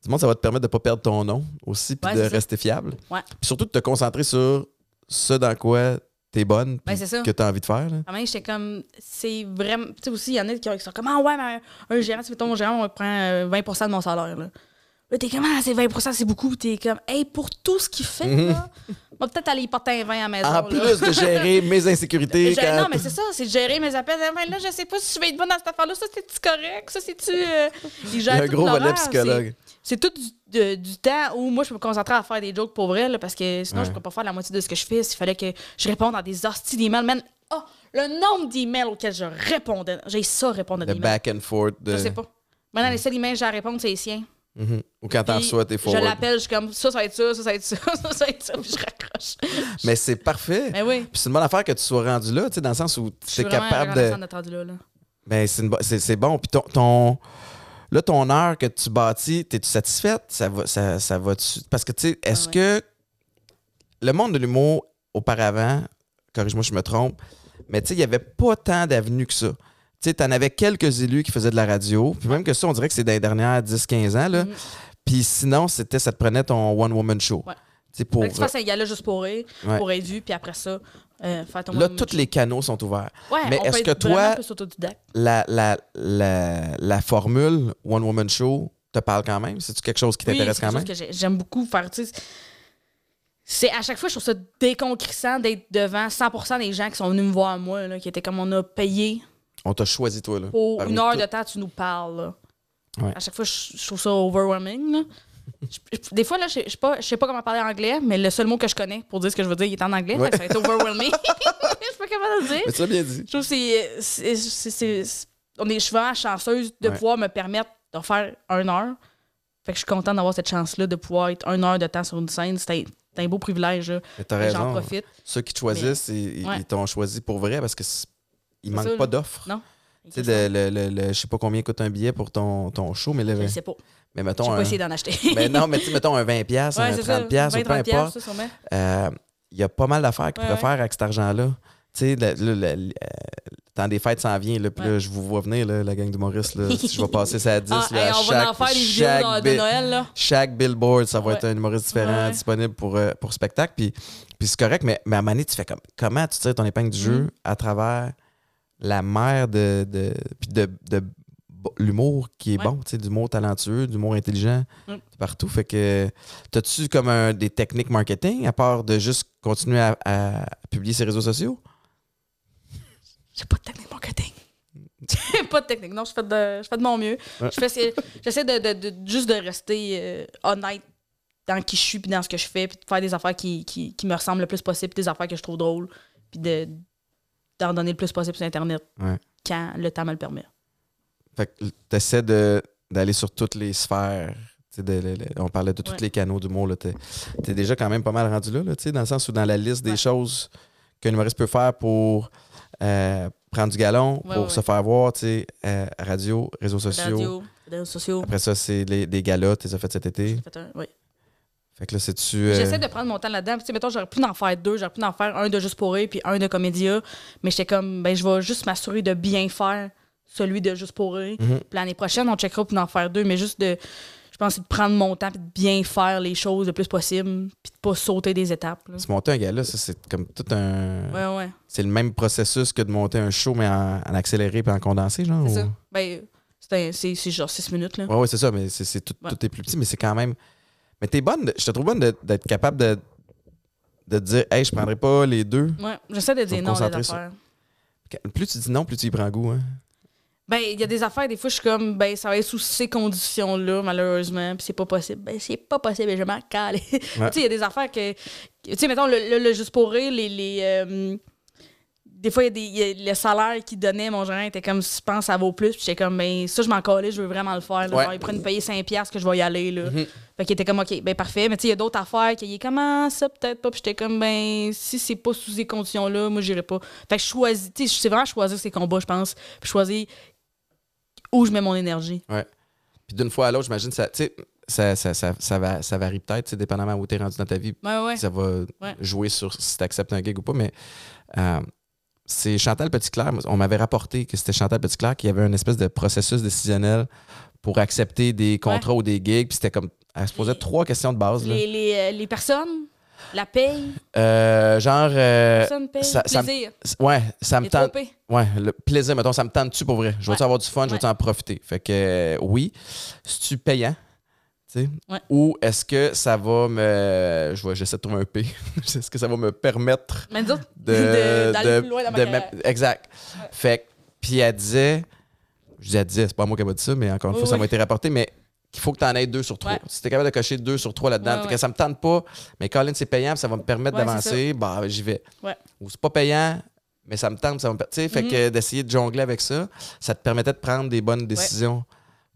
Du monde, ça va te permettre de pas perdre ton nom aussi, puis
Ouais,
de
c'est ça.
rester fiable.
Ouais.
Puis surtout de te concentrer sur ce dans quoi t'es bonne,
Ben,
puis
c'est ça.
que t'as envie de faire. là.
Quand même, j'étais comme, c'est vraiment. Tu sais, aussi, il y en a qui qui sont comme, ah ouais, mais un, un gérant, tu mettons, mon gérant, on prend euh, 20 de mon salaire. Là, là t'es comme, ah, c'est 20 c'est beaucoup. Puis t'es comme, hey, pour tout ce qu'il fait, là, on va peut-être aller y porter un vin à la maison.
En
Ah, là.
plus de gérer mes insécurités.
Je-
quand-
Non, mais c'est ça, c'est de gérer mes appels. Ah, ben là, je sais pas si je vais être bonne dans cette affaire-là. Ça, c'est-tu correct? Ça, c'est-tu. euh, Il
il y
gère
a un
tout
gros volet
l'horaire,
psychologue.
c'est- C'est tout du, de- du temps où moi, je peux me concentrer à faire des jokes pour vrai, là, parce que sinon, je
Ouais.
pourrais pas faire la moitié de ce que je fais. S'il fallait que je réponde à des hosties d'emails, man. Oh, le nombre d'emails auxquels je répondais. J'ai ça répondre à des
Le euh,
emails.
back and forth. de-
Je sais pas. Maintenant, les seuls emails que j'ai à répondre, c'est les siens.
Mhm. Ou quand t'en
Puis,
reçois, t'es
Je
forward.
l'appelle, je suis comme ça, ça va être ça, ça, ça va être ça, ça, ça va être ça, puis je raccroche.
Mais c'est parfait.
Mais oui.
Puis c'est une bonne affaire que tu sois rendu là, tu sais, dans le sens où
Je
tu
suis
es
vraiment
capable de.
reconnaissante d'être rendue là, là.
Ben, c'est, une bo- c'est, c'est bon. Puis ton, ton- Là, ton heure que tu bâtis, t'es-tu satisfaite? Ça va, ça, ça va Parce que, tu sais, est-ce
Ah
que le monde de l'humour, auparavant, corrige-moi si je me trompe, mais tu sais, il n'y avait pas tant d'avenues que ça. Tu sais, t'en avais quelques élus qui faisaient de la radio. Puis même que ça, on dirait que c'est dans les dernières 10-15 ans, là.
Mhm.
Puis sinon, c'était, ça te prenait ton one-woman show.
Ouais.
Tu sais, pour...
Fait que tu fasses un gala juste pour rire,
Ouais.
pour être vu, puis après ça, euh, faire ton
Là, tous les canaux sont ouverts.
Ouais,
mais
on
est-ce
peut être
que toi-
vraiment plus autodidacte.
la, la, la, la formule One Woman Show te parle quand même? C'est-tu quelque chose qui
Oui,
t'intéresse
c'est
quand même?
quelque chose que j'ai- J'aime beaucoup faire. tu sais, C'est à chaque fois, je trouve ça déconcrissant d'être devant 100% des gens qui sont venus me voir, moi, là, qui étaient comme on a payé
On t'a choisi, toi, là.
pour
parmi
une heure
tout.
de temps, tu nous parles. là.
Ouais.
À chaque fois, je je trouve ça overwhelming. là. Je- je- Des fois, là, je je sais pas, je sais pas comment parler anglais, mais le seul mot que je connais pour dire ce que je veux dire, il est en anglais.
Ouais.
fait que Ça va être overwhelming. Je suis pas capable de le dire.
Mais tu l'as bien dit.
Je trouve que c'est- c'est- c'est- c'est- c'est- on est, je suis vraiment chanceuse de
Ouais.
pouvoir me permettre de faire une heure. Fait que je suis contente d'avoir cette chance-là de pouvoir être une heure de temps sur une scène. C'est un, c'est un beau privilège. là.
Mais t'as
J'en
raison.
profite.
Ceux qui te choisissent, ils- ils,
Ouais.
ils t'ont choisi pour vrai parce qu'il
C'est
manque
ça,
pas
là.
d'offres.
Non.
Tu sais, le- le- le- le- je sais pas combien coûte un billet pour ton, ton show, mais, là, ben,
Je sais pas.
mais
J'ai
mettons.
pas
un-
essayé d'en acheter.
mais non, mais tu sais, mettons un 20$,
Ouais,
un
c'est ça.
30$, ou peu
20-30
importe.
ça, sûrement.
Euh, il y a pas mal d'affaires qu'ils
Ouais,
pourraient
ouais.
faire avec cet argent-là. Tu sais, le, le- le- le- euh, le temps des fêtes s'en vient, là, puis
Ouais.
là, je vous vois venir, là, la gang du Maurice. Là, Si je vais passer ça à 10.
Ah,
là,
hey,
à
on
chaque-
va en faire des vidéos
chaque
de, de
bi-
Noël. Là.
Chaque billboard, ça va
Ouais.
être un humoriste différent
Ouais.
disponible pour, euh, pour spectacle. Puis, puis c'est correct, mais, mais à un moment donné, tu fais comme, comment tu tires ton épingle du jeu
Mhm.
à travers la mer de, de, puis de, de bo- l'humour qui est
Ouais.
bon, tu sais, d'humour talentueux, d'humour intelligent,
Mm.
partout. Fait que, t'as-tu comme un- des techniques marketing à part de juste continuer à, à publier ses réseaux sociaux?
J'ai pas de technique marketing. J'ai pas de technique. Non, je fais de, je fais de mon mieux.
Ouais.
Je fais ce- J'essaie de, de- de- juste de rester euh, honnête dans qui je suis puis dans ce que je fais puis de faire des affaires qui, qui, qui me ressemblent le plus possible, des affaires que je trouve drôles puis de d'en donner le plus possible sur Internet
Ouais.
quand le temps me le permet.
Fait que t'essaies de d'aller sur toutes les sphères. Tu sais, de- le- le- on parlait de tous
Ouais.
les canaux du mot. Tu es, déjà quand même pas mal rendu là, là, tu sais, dans le sens où dans la liste des
Ouais.
choses qu'un humoriste peut faire pour euh, prendre du galon,
Ouais,
pour
ouais,
se
ouais.
faire voir, tu sais, euh, radio, réseaux sociaux.
Radio, réseaux sociaux.
Après ça, c'est les- des galas, tu les as fait cet été.
Faites un- oui.
Fait que là, c'est-tu. euh,
J'essaie de prendre mon temps là-dedans. Tu sais, mettons, j'aurais pu en faire deux. J'aurais pu en faire un de Juste pour rire puis un de Comédia. Mais j'étais comme, ben, je vais juste m'assurer de bien faire celui de Juste pour rire.
Mhm.
Puis l'année prochaine, on checkera pour en faire deux. Mais juste de, je pense, c'est de prendre mon temps puis de bien faire les choses le plus possible puis de pas sauter des étapes. là.
Se monter un gala, ça, c'est comme tout un.
Ouais, ouais.
C'est le même processus que de monter un show, mais en, en accéléré puis en condensé, genre.
C'est
ou-
ça. Ben, c'est un- c'est c'est genre six minutes, là.
Oh. Ouais, ouais, c'est ça, mais c'est, c'est tout,
Ouais.
tout est plus petit, mais c'est quand même. Mais t'es bonne, de- je te trouve bonne de- d'être capable de, de te dire, hey, je prendrai pas les deux.
Ouais, j'essaie de dire
me
non à des
concentrer sur-
affaires.
Quand- Plus tu dis non, plus tu y prends goût. Hein.
Ben, il y a des affaires, des fois, je suis comme, ben, ça va être sous ces conditions-là, malheureusement, puis c'est pas possible. Ben, c'est pas possible, et je m'en cale. tu sais, il y a des affaires que. Tu sais, mettons, le, le- le juste pour rire, les. les, euh, des fois, il y a des- il y a le salaire qu'ils donnait, mon gérant était comme, je pense, ça vaut plus. Puis j'étais comme, ben, ça, je m'en calais, je veux vraiment le faire. Là.
Ouais.
Genre, ils prennent payer 5$ que je vais y aller, là.
Mhm.
Fait qu'il était comme, OK, ben, parfait. Mais tu sais, il y a d'autres affaires qu'il est comment ça, peut-être pas. Puis j'étais comme, ben, si c'est pas sous ces conditions-là, moi, j'irai pas. Fait que je choisis, tu sais, c'est vraiment choisir ses combats, je pense. Puis choisir où je mets mon énergie.
Puis d'une fois à l'autre, j'imagine, ça, tu sais, ça, ça, ça, ça, va, ça varie peut-être, tu sais, dépendamment où t'es rendu dans ta vie.
Ouais, ouais.
Ça va
Ouais.
jouer sur si t'acceptes un gig ou pas, mais. euh, c'est Chantal Petitclerc. On m'avait rapporté que c'était Chantal Petitclerc qui avait un espèce de processus décisionnel pour accepter des contrats ou des gigs. Puis c'était comme. Elle se posait
Les-
trois questions de base. là.
Les, les, euh, les personnes, la paye,
Euh, genre. euh,
personne paye,
ça- ça me-
plaisir,
S- Ouais, ça me
les
tente.
tropées.
Ouais, le plaisir, mettons, ça me tente-tu pour vrai? Je veux-tu
Ouais.
avoir du fun? Je veux-tu
Ouais.
en profiter? Fait que euh, oui, c'est-tu payant? Tu sais?
Ouais.
Ou est-ce que ça va me. Je vois, j'essaie de trouver un P. est-ce que ça va me permettre
Mais nous autres,
de.
de- d'aller
de-
plus loin dans ma
de
carrière.
ma- Exact. Fait que. Puis elle disait. Je dis, elle disait, c'est pas moi qui m'a dit ça, mais encore une
Oui,
fois, ça
oui.
m'a été rapporté, mais qu'il faut que tu en aies deux sur trois.
Ouais.
Si t'es capable de cocher deux sur trois là-dedans,
Ouais,
fait
ouais.
que ça me tente pas, mais Colin, c'est payant, puis ça va me permettre
Ouais,
d'avancer,
c'est
bah, j'y vais
Ouais.
ou c'est pas payant, mais ça me tente, ça me. Tu sais, fait
Mhm.
que d'essayer de jongler avec ça, ça te permettait de prendre des bonnes décisions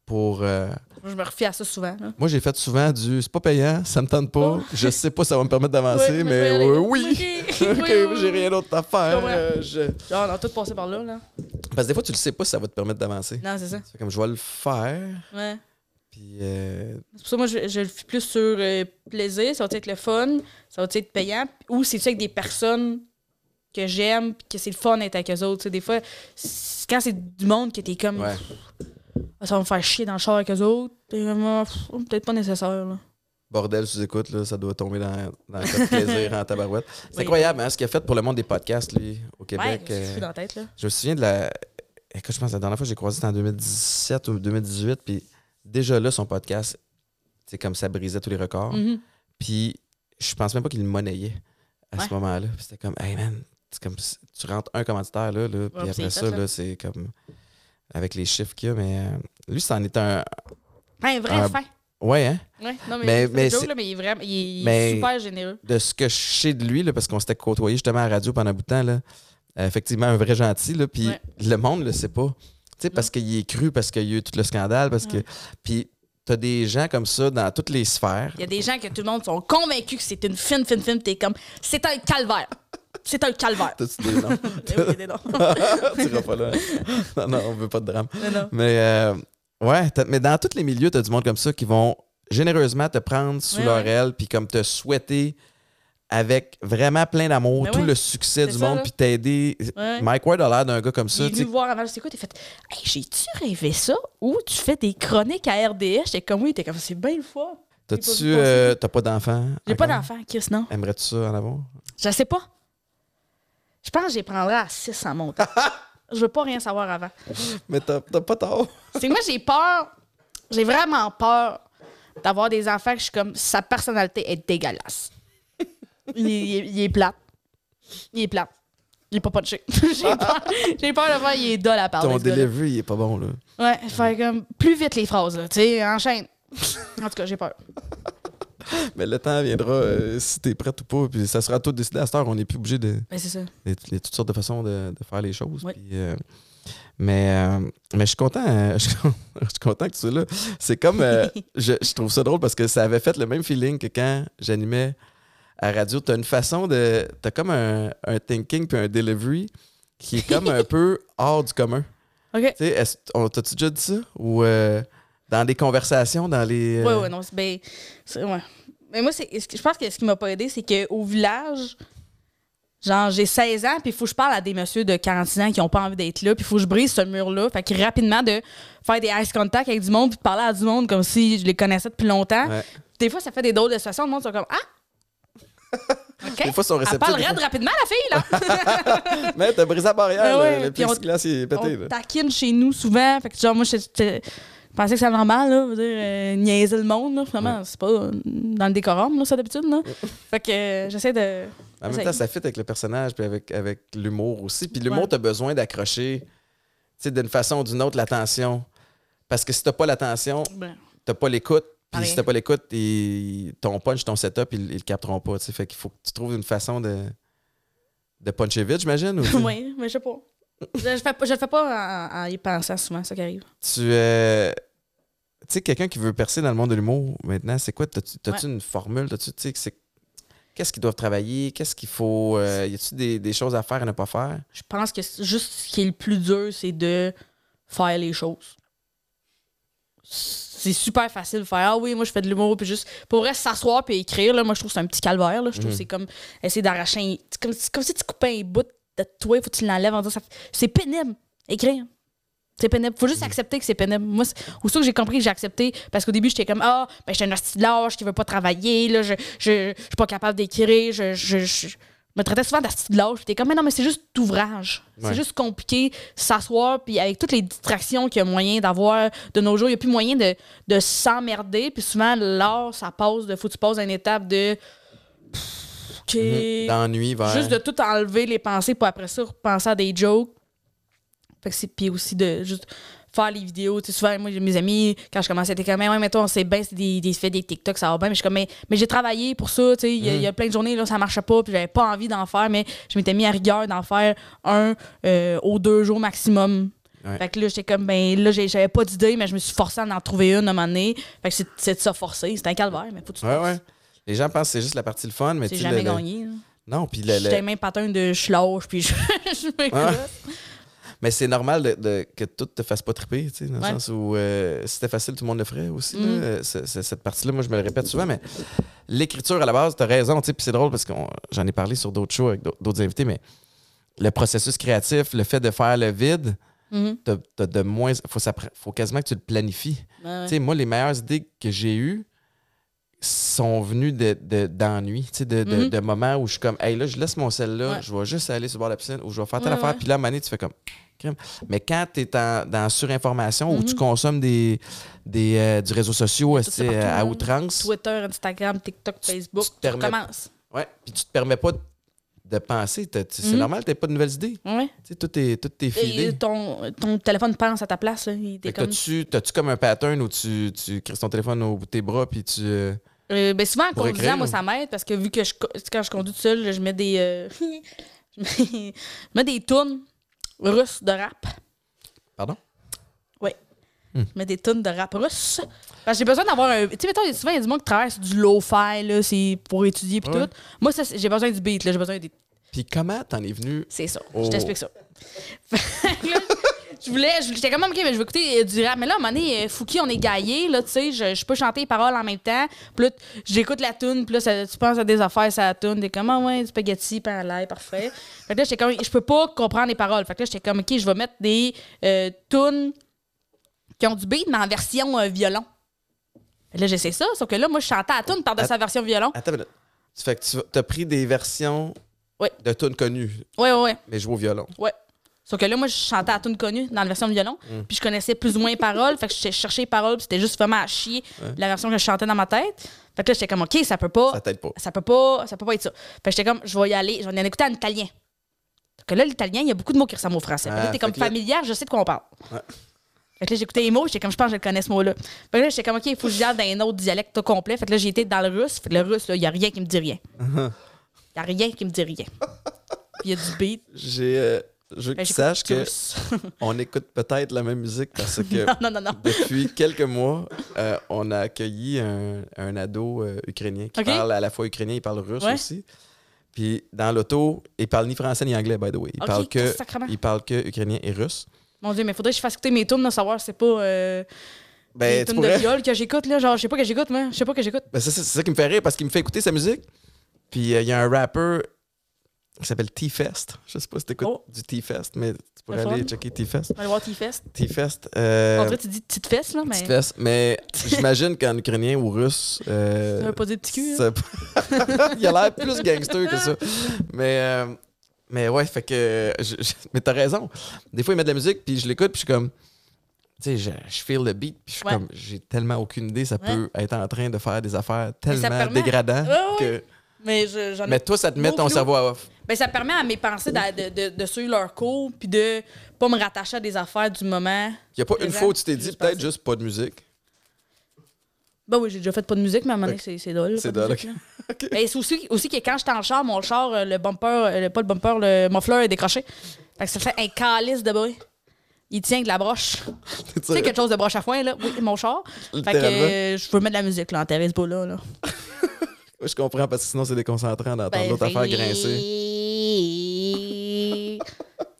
pour. euh,
Je me refie à ça souvent. là.
Moi, j'ai fait souvent du c'est pas payant, ça me tente pas,
Oh.
je sais pas, ça va me permettre d'avancer,
Ouais,
mais,
je vais y
euh,
aller.
oui.
Oui,
OK,
oui, oui, oui.
j'ai rien d'autre à
Je
faire.
comprends.
euh, je-
Genre, on a tous passé par là, là.
Parce que des fois, tu le sais pas si ça va te permettre d'avancer.
Non, c'est ça.
C'est comme je vais le faire,
Ouais.
puis. euh,
C'est pour ça que moi, je, je le fais plus sur euh, plaisir. Ça va être le fun, ça va être payant. Ou c'est-tu avec des personnes que j'aime, puis que c'est le fun d'être avec eux autres. Tu sais, des fois, c'est- quand c'est du monde que t'es comme,
ouais.
Ah, ça va me faire chier dans le char avec eux autres, t'es vraiment, pff, peut-être pas nécessaire. Là.
Bordel, sous écoute, là, ça doit tomber dans, dans le code plaisir en tabarouette. C'est
Oui.
incroyable hein, ce qu'il a fait pour le monde des podcasts, lui, au
Ouais,
Québec.
c'est
euh,
fou dans la tête, là.
Je me souviens de la. Écoute, je pense que la dernière fois que j'ai croisé, c'était en 2017 ou 2018. Puis déjà là, son podcast, c'est comme ça brisait tous les records.
Mhm.
Puis je pense même pas qu'il le monnayait à ce
Ouais.
moment-là. Puis c'était comme, hey man, c'est comme si tu rentres un commanditaire là, là, puis
puis
après
c'est
ça,
fait, là.
là, c'est comme. Avec les chiffres qu'il y a, mais. euh, lui, c'en est un.
Ouais, un vrai
Ah,
fin.
Ouais, hein?
Ouais, non, mais,
mais-
c'est
mais
un joke,
c'est-
là, mais il est vraiment, il est, il est
Mais-
super généreux.
de ce que je sais de lui, là, parce qu'on s'était côtoyé justement à la radio pendant un bout de temps, là, euh, effectivement, un vrai gentil, là, puis
Ouais. Mm.
le monde le sait pas. Tu sais, parce qu'il est cru, parce qu'il y a eu tout le scandale, parce que.
Ouais.
Puis t'as des gens comme ça dans toutes les sphères.
Il y a des gens que tout le monde sont convaincus que c'est une fine, fine, fine, t'es comme, c'est un calvaire. C'est un calvaire.
T'as-tu des noms?
Eh oui, des noms.
tu iras pas là. Non, non, on veut pas de drame.
Non, non.
Mais euh, ouais, t'as- mais dans tous les milieux, t'as du monde comme ça qui vont généreusement te prendre sous
Ouais,
leur
ouais.
aile, puis comme te souhaiter avec vraiment plein d'amour
Ben
tout
ouais.
le succès
C'est
du
ça,
monde,
là.
puis t'aider.
Ouais.
Mike Ward a l'air d'un gars comme ça.
il est
tu sais,
venu me voir avant, je sais quoi, t'es fait Hey, j'ai-tu rêvé ça ou tu fais des chroniques à RDS? J'étais comme oui, t'es comme c'est bien le fois. J'ai pas
T'as-tu.
vu passer.
euh, T'as pas d'enfant?
J'ai pas
encore?
d'enfant, Chris, non.
Aimerais-tu ça en avoir?
Je sais pas. Je pense que j'y prendrais à 6 en montant. je veux pas rien savoir avant.
Mais t'as t'as pas tort.
C'est que moi, j'ai peur. J'ai vraiment peur d'avoir des enfants que je suis comme sa personnalité est dégueulasse. Il, est- il est- il est plat. Il est plat. Il est pas punché. j'ai peur, j'ai peur de voir, il est dole à parler.
Ton
ce gars-là.
delivery, il est pas bon, là.
Ouais, faire comme plus vite les phrases, là. Tu sais, enchaîne. En tout cas, j'ai peur.
Mais le temps viendra euh, si t'es prête ou pas. Puis ça sera tout décidé à cette heure. On n'est plus obligé de.
Mais Ben, c'est ça.
Il y a toutes sortes de façons de, de faire les choses.
Ouais.
Puis, euh, Mais, euh, mais je suis content. euh, je, suis con- je suis content que tu sois là. C'est comme. euh, je, je trouve ça drôle parce que ça avait fait le même feeling que quand j'animais à radio. Tu as une façon de. Tu as comme un, un thinking puis un delivery qui est comme un peu hors du commun.
OK.
Tu sais, est-ce- on- t'as-tu déjà dit ça? Ou euh, dans des conversations, dans les. euh,
Ouais, ouais, non, c'est ben, c'est- ouais. Mais moi, c'est, ce que- je pense que ce qui m'a pas aidé, c'est qu'au village, genre, j'ai 16 ans, puis il faut que je parle à des messieurs de 46 ans qui ont pas envie d'être là, puis il faut que je brise ce mur-là. Fait que rapidement, de faire des eyes contact avec du monde, puis de parler à du monde comme si je les connaissais depuis longtemps.
Ouais.
Des fois, ça fait des drôles de situations. Le monde sont comme Ah! OK.
Des fois, ils sont
Elle
réceptifs.
parle
des fois-
raide rapidement, la fille, là!
Mais t'as brisé la barrière,
Ah ouais,
le- le
puis on-
plexiglas il est pété.
on
là.
Oh, taquine chez nous souvent. Fait que genre, moi, je, je- je pensais que c'était normal, là, je veux dire, euh, niaiser le monde, là, finalement. C'est pas euh, dans le décorum, là, ça, d'habitude, là. fait que euh, j'essaie de...
En même
Ça-
temps, ça fit avec le personnage puis avec, avec l'humour aussi. Puis l'humour,
Ouais.
t'as besoin d'accrocher, tu sais, d'une façon ou d'une autre, l'attention. Parce que si t'as pas l'attention,
Ben,
t'as pas l'écoute. Puis
Ouais.
si t'as pas l'écoute, ils- ton punch, ton setup, ils, ils le capteront pas. tu sais. Fait qu'il faut que tu trouves une façon de, de puncher vite, j'imagine. ou tu-
oui, mais je sais pas. Je, je fais, pas- je le fais pas en, en y pensant souvent, ça qui arrive.
Tu euh, tu sais, quelqu'un qui veut percer dans le monde de l'humour maintenant, c'est quoi? T'as-tu t'as-tu une formule? T'as-tu, tu sais, que c'est- Qu'est-ce qu'ils doivent travailler? Qu'est-ce qu'il faut. euh, y a-tu des, des choses à faire et à ne pas faire?
Je pense que c'est juste ce qui est le plus dur, c'est de faire les choses. C'est super facile de faire Ah oui, moi je fais de l'humour, puis juste pour vrai, s'asseoir puis écrire, là, moi je trouve que c'est un petit calvaire. Là. Je trouve que c'est comme essayer d'arracher un. c'est Comme, c'est comme si tu coupais un bout de toi, faut que tu l'enlèves en disant ça- C'est pénible, écrire. C'est pénible. Faut juste accepter que c'est pénible. Moi, c'est- aussitôt que j'ai compris que j'ai accepté, parce qu'au début, j'étais comme Ah, ben, j'étais un hostie de lâche qui veut pas travailler, là, je, je, je suis pas capable d'écrire, je, je, je- je me traitais souvent d'hostie de lâche. Puis T'es comme Mais non, mais c'est juste d'ouvrage.
Ouais.
C'est juste compliqué s'asseoir, puis avec toutes les distractions qu'il y a moyen d'avoir de nos jours, il n'y a plus moyen de, de s'emmerder. Puis souvent, l'art, ça passe de Faut que tu passes à une étape de. Pff, OK.
Mhm. D'ennui vers.
Juste de tout enlever les pensées pour après ça repenser à des jokes. Fait que c'est puis aussi de juste faire les vidéos. Tu sais, souvent, moi, mes amis, quand je commençais, étaient comme, Mais ouais, mais toi, on sait bien, c'est des, des, fait des TikTok, ça va bien. Mais je suis comme, mais, mais j'ai travaillé pour ça. Tu sais, il y, a-
Mm.
il y a plein de journées, là, ça marchait pas, puis j'avais pas envie d'en faire, mais je m'étais mis à rigueur d'en faire un euh, aux deux jours maximum.
Ouais.
Fait que là, j'étais comme, ben là, j'ai- j'avais pas d'idée, mais je me suis forcée à en trouver une à un moment donné. Fait que c'est- c'est de ça forcer. C'est un calvaire, mais faut que tu te
Ouais,
forces.
ouais. Les gens pensent que c'est juste la partie le fun, mais tu
C'est
sais,
jamais
le- le-
gagné. là.
Non, puis le- le-
J'étais même patin de je lâche, puis je, je me
Ah.
crosse.
Mais c'est normal de, de- que tout te fasse pas triper, tu sais, dans
Ouais.
le sens où euh, si c'était facile, tout le monde le ferait aussi. là.
Mm.
Euh, c'est- c'est- cette partie-là, moi, je me le répète souvent, mais l'écriture à la base, t'as raison, tu sais, puis c'est drôle parce que j'en ai parlé sur d'autres shows avec d'au- d'autres invités, mais le processus créatif, le fait de faire le vide,
Mhm.
t'as t'as de moins. Faut, s'appre- faut quasiment que tu le planifies.
Ben Ouais, ouais.
Tu sais, moi, les meilleures idées que j'ai eues sont venues de- de- d'ennui, de, tu sais, de, de,
Mhm.
de moments où je suis comme, hey, là, je laisse mon sel là,
Ouais.
je vais juste aller sur le bord de la piscine ou je vais faire telle
Ouais,
affaire.
ouais.
Puis là, à un moment donné, tu fais comme, crème. Mais quand tu es en- dans surinformation ou tu consommes des, des, euh, du réseau social
Mhm. Tout ça
euh,
partout,
à
hein.
outrance,
Twitter, Instagram, TikTok,
Tu-
Facebook,
tu te
tu,
permets-
recommences.
ouais, puis tu te permets pas de, de penser. T'as- tu- C'est
Mhm.
normal, tu pas de nouvelles idées.
Ouais.
Tu sais, tout est, tout est
Et
filé.
ton, ton téléphone pense à ta place. là. Il était
Fait que
comme...
T'as-tu t'as-tu comme un pattern où tu, tu crises ton téléphone au bout de tes bras puis tu... euh,
Euh, ben souvent, en
Pour
conduisant,
écrire,
moi,
ou-
ça m'aide parce que vu que je, co- quand je conduis tout seul, là, je mets des. euh, je mets- je mets des tunes russes de rap.
Pardon?
Oui.
Hmm.
Je mets des tunes de rap russe. Parce que j'ai besoin d'avoir un. Tu sais, mettons, souvent, il y a du monde qui travaille sur du low-fi, là, c'est pour étudier puis
Ouais.
tout. Moi, ça, c'est- j'ai besoin du beat, là, j'ai besoin des
Puis comment t'en es venu
C'est ça.
Oh.
Je t'explique ça. Fait que là, je voulais, je- j'étais comme, OK, mais je vais écouter euh, du rap. Mais là, à un moment donné, euh, Fouki, on est gaillé, là, tu sais, je, je peux chanter les paroles en même temps. Puis là, t- j'écoute la tune, puis là, ça- tu penses à des affaires, ça la tune. T'es comme, ah ouais, du spaghetti, pain à l'ail, parfait. Fait que là, j'étais comme, je peux pas comprendre les paroles. Fait que là, j'étais comme, OK, je vais mettre des euh, tunes qui ont du beat, mais en version euh, violon. Fait que Là, j'essaie ça, sauf que là, moi, je chantais la tune par-dessus la version violon.
Attends une minute. Tu fais que tu as pris des versions
Ouais.
de tunes connues,
Ouais, ouais, ouais.
mais jouées au violon.
Ouais. Sauf que là, moi, je chantais à tune connue dans la version de violon.
Mm.
Puis je connaissais plus ou moins les paroles. Fait que je cherchais les paroles. Puis c'était juste vraiment à chier la version que je chantais dans ma tête. Fait que là, j'étais comme, OK, ça peut pas.
Ça t'aide pas.
Ça peut pas, ça peut pas être ça. Fait que j'étais comme, je vais y aller. Je vais en écouter en italien. Fait que là, l'italien, il y a beaucoup de mots qui ressemblent au français. Fait que
Ah,
là, t'es comme
fait que là-
familière, je sais de quoi on parle.
Ouais.
Fait que là, j'écoutais les mots, j'étais comme, je pense que je le connais ce mot-là. Fait que là, j'étais comme, OK, il faut que je dans un autre dialecte au complet. Fait que là, j'ai été dans le russe. Fait que le russe, là, il y a rien
Uh-huh.
qui me dit rien. Il y a rien qui me dit rien. Puis il y a du beat.
J'ai euh, Je veux que
Ben,
tu
j'écoute
saches que
tous.
on écoute peut-être la même musique parce que
non, non, non, non.
depuis quelques mois, euh, on a accueilli un, un ado euh, ukrainien qui
Ok.
parle à la fois ukrainien, il parle russe
Ouais.
aussi. Puis dans l'auto, il parle ni français ni anglais, by the way. Il,
Ok,
parle, que,
sacrement.
il parle que ukrainien et russe.
Mon Dieu, mais faudrait que je fasse écouter mes tunes, là, savoir si c'est pas euh,
Ben,
les
tu
tunes
pourrais-
de viol que j'écoute, là. Genre, je sais pas que j'écoute, mais je sais pas que j'écoute.
Ben, c'est ça- c'est ça qui me fait rire parce qu'il me fait écouter sa musique. Puis euh, il y a un rappeur qui s'appelle T-Fest. Je sais pas si t'écoutes
Oh.
du T-Fest, mais tu pourrais
Le
aller
fun.
checker T-Fest.
On va aller voir T-Fest.
T-Fest. euh,
En vrai, tu dis petite fesse, là, mais.
Petite fesse. Mais j'imagine qu'en ukrainien ou russe. euh,
Ça veut pas dire petit cul. hein.
ça- il a l'air plus gangster que ça. Mais, euh, mais ouais, fait que. je- je- mais t'as raison. Des fois, ils mettent de la musique, puis je l'écoute, puis je suis comme. Tu sais, je, je feel le beat, puis je suis
Ouais.
comme. J'ai tellement aucune idée, ça
Ouais.
peut être en train de faire des affaires
Mais ça
tellement
permet-
dégradantes
Ouais,
que.
Mais je- j'en ai
Mais toi, ça te met
No
ton
clue.
cerveau à off.
Ben, ça permet à mes pensées d'a- de, de, de suivre leur cours puis de pas me rattacher à des affaires du moment.
Il n'y a pas une
Présent.
fois où tu t'es dit,
Juste
peut-être
pensé.
juste pas de musique.
Ben oui, j'ai déjà fait pas de musique, mais à un moment donné, c'est- c'est dole.
C'est
pas de
dole,
musique, là. Ben, c'est aussi, aussi que quand j'étais en char, mon char, euh, le bumper, euh, le- pas le bumper, le muffler est décroché. Fait que ça fait un calice de bruit. Il tient avec de la broche. Tu sais, quelque chose de broche à foin, là. Oui, mon char. Fait que
Littéralement.
euh, je veux mettre de la musique, là, en terrasse pas là. là.
Je comprends, parce que sinon, c'est déconcentrant d'entendre
Ben
l'autre affaire grincer.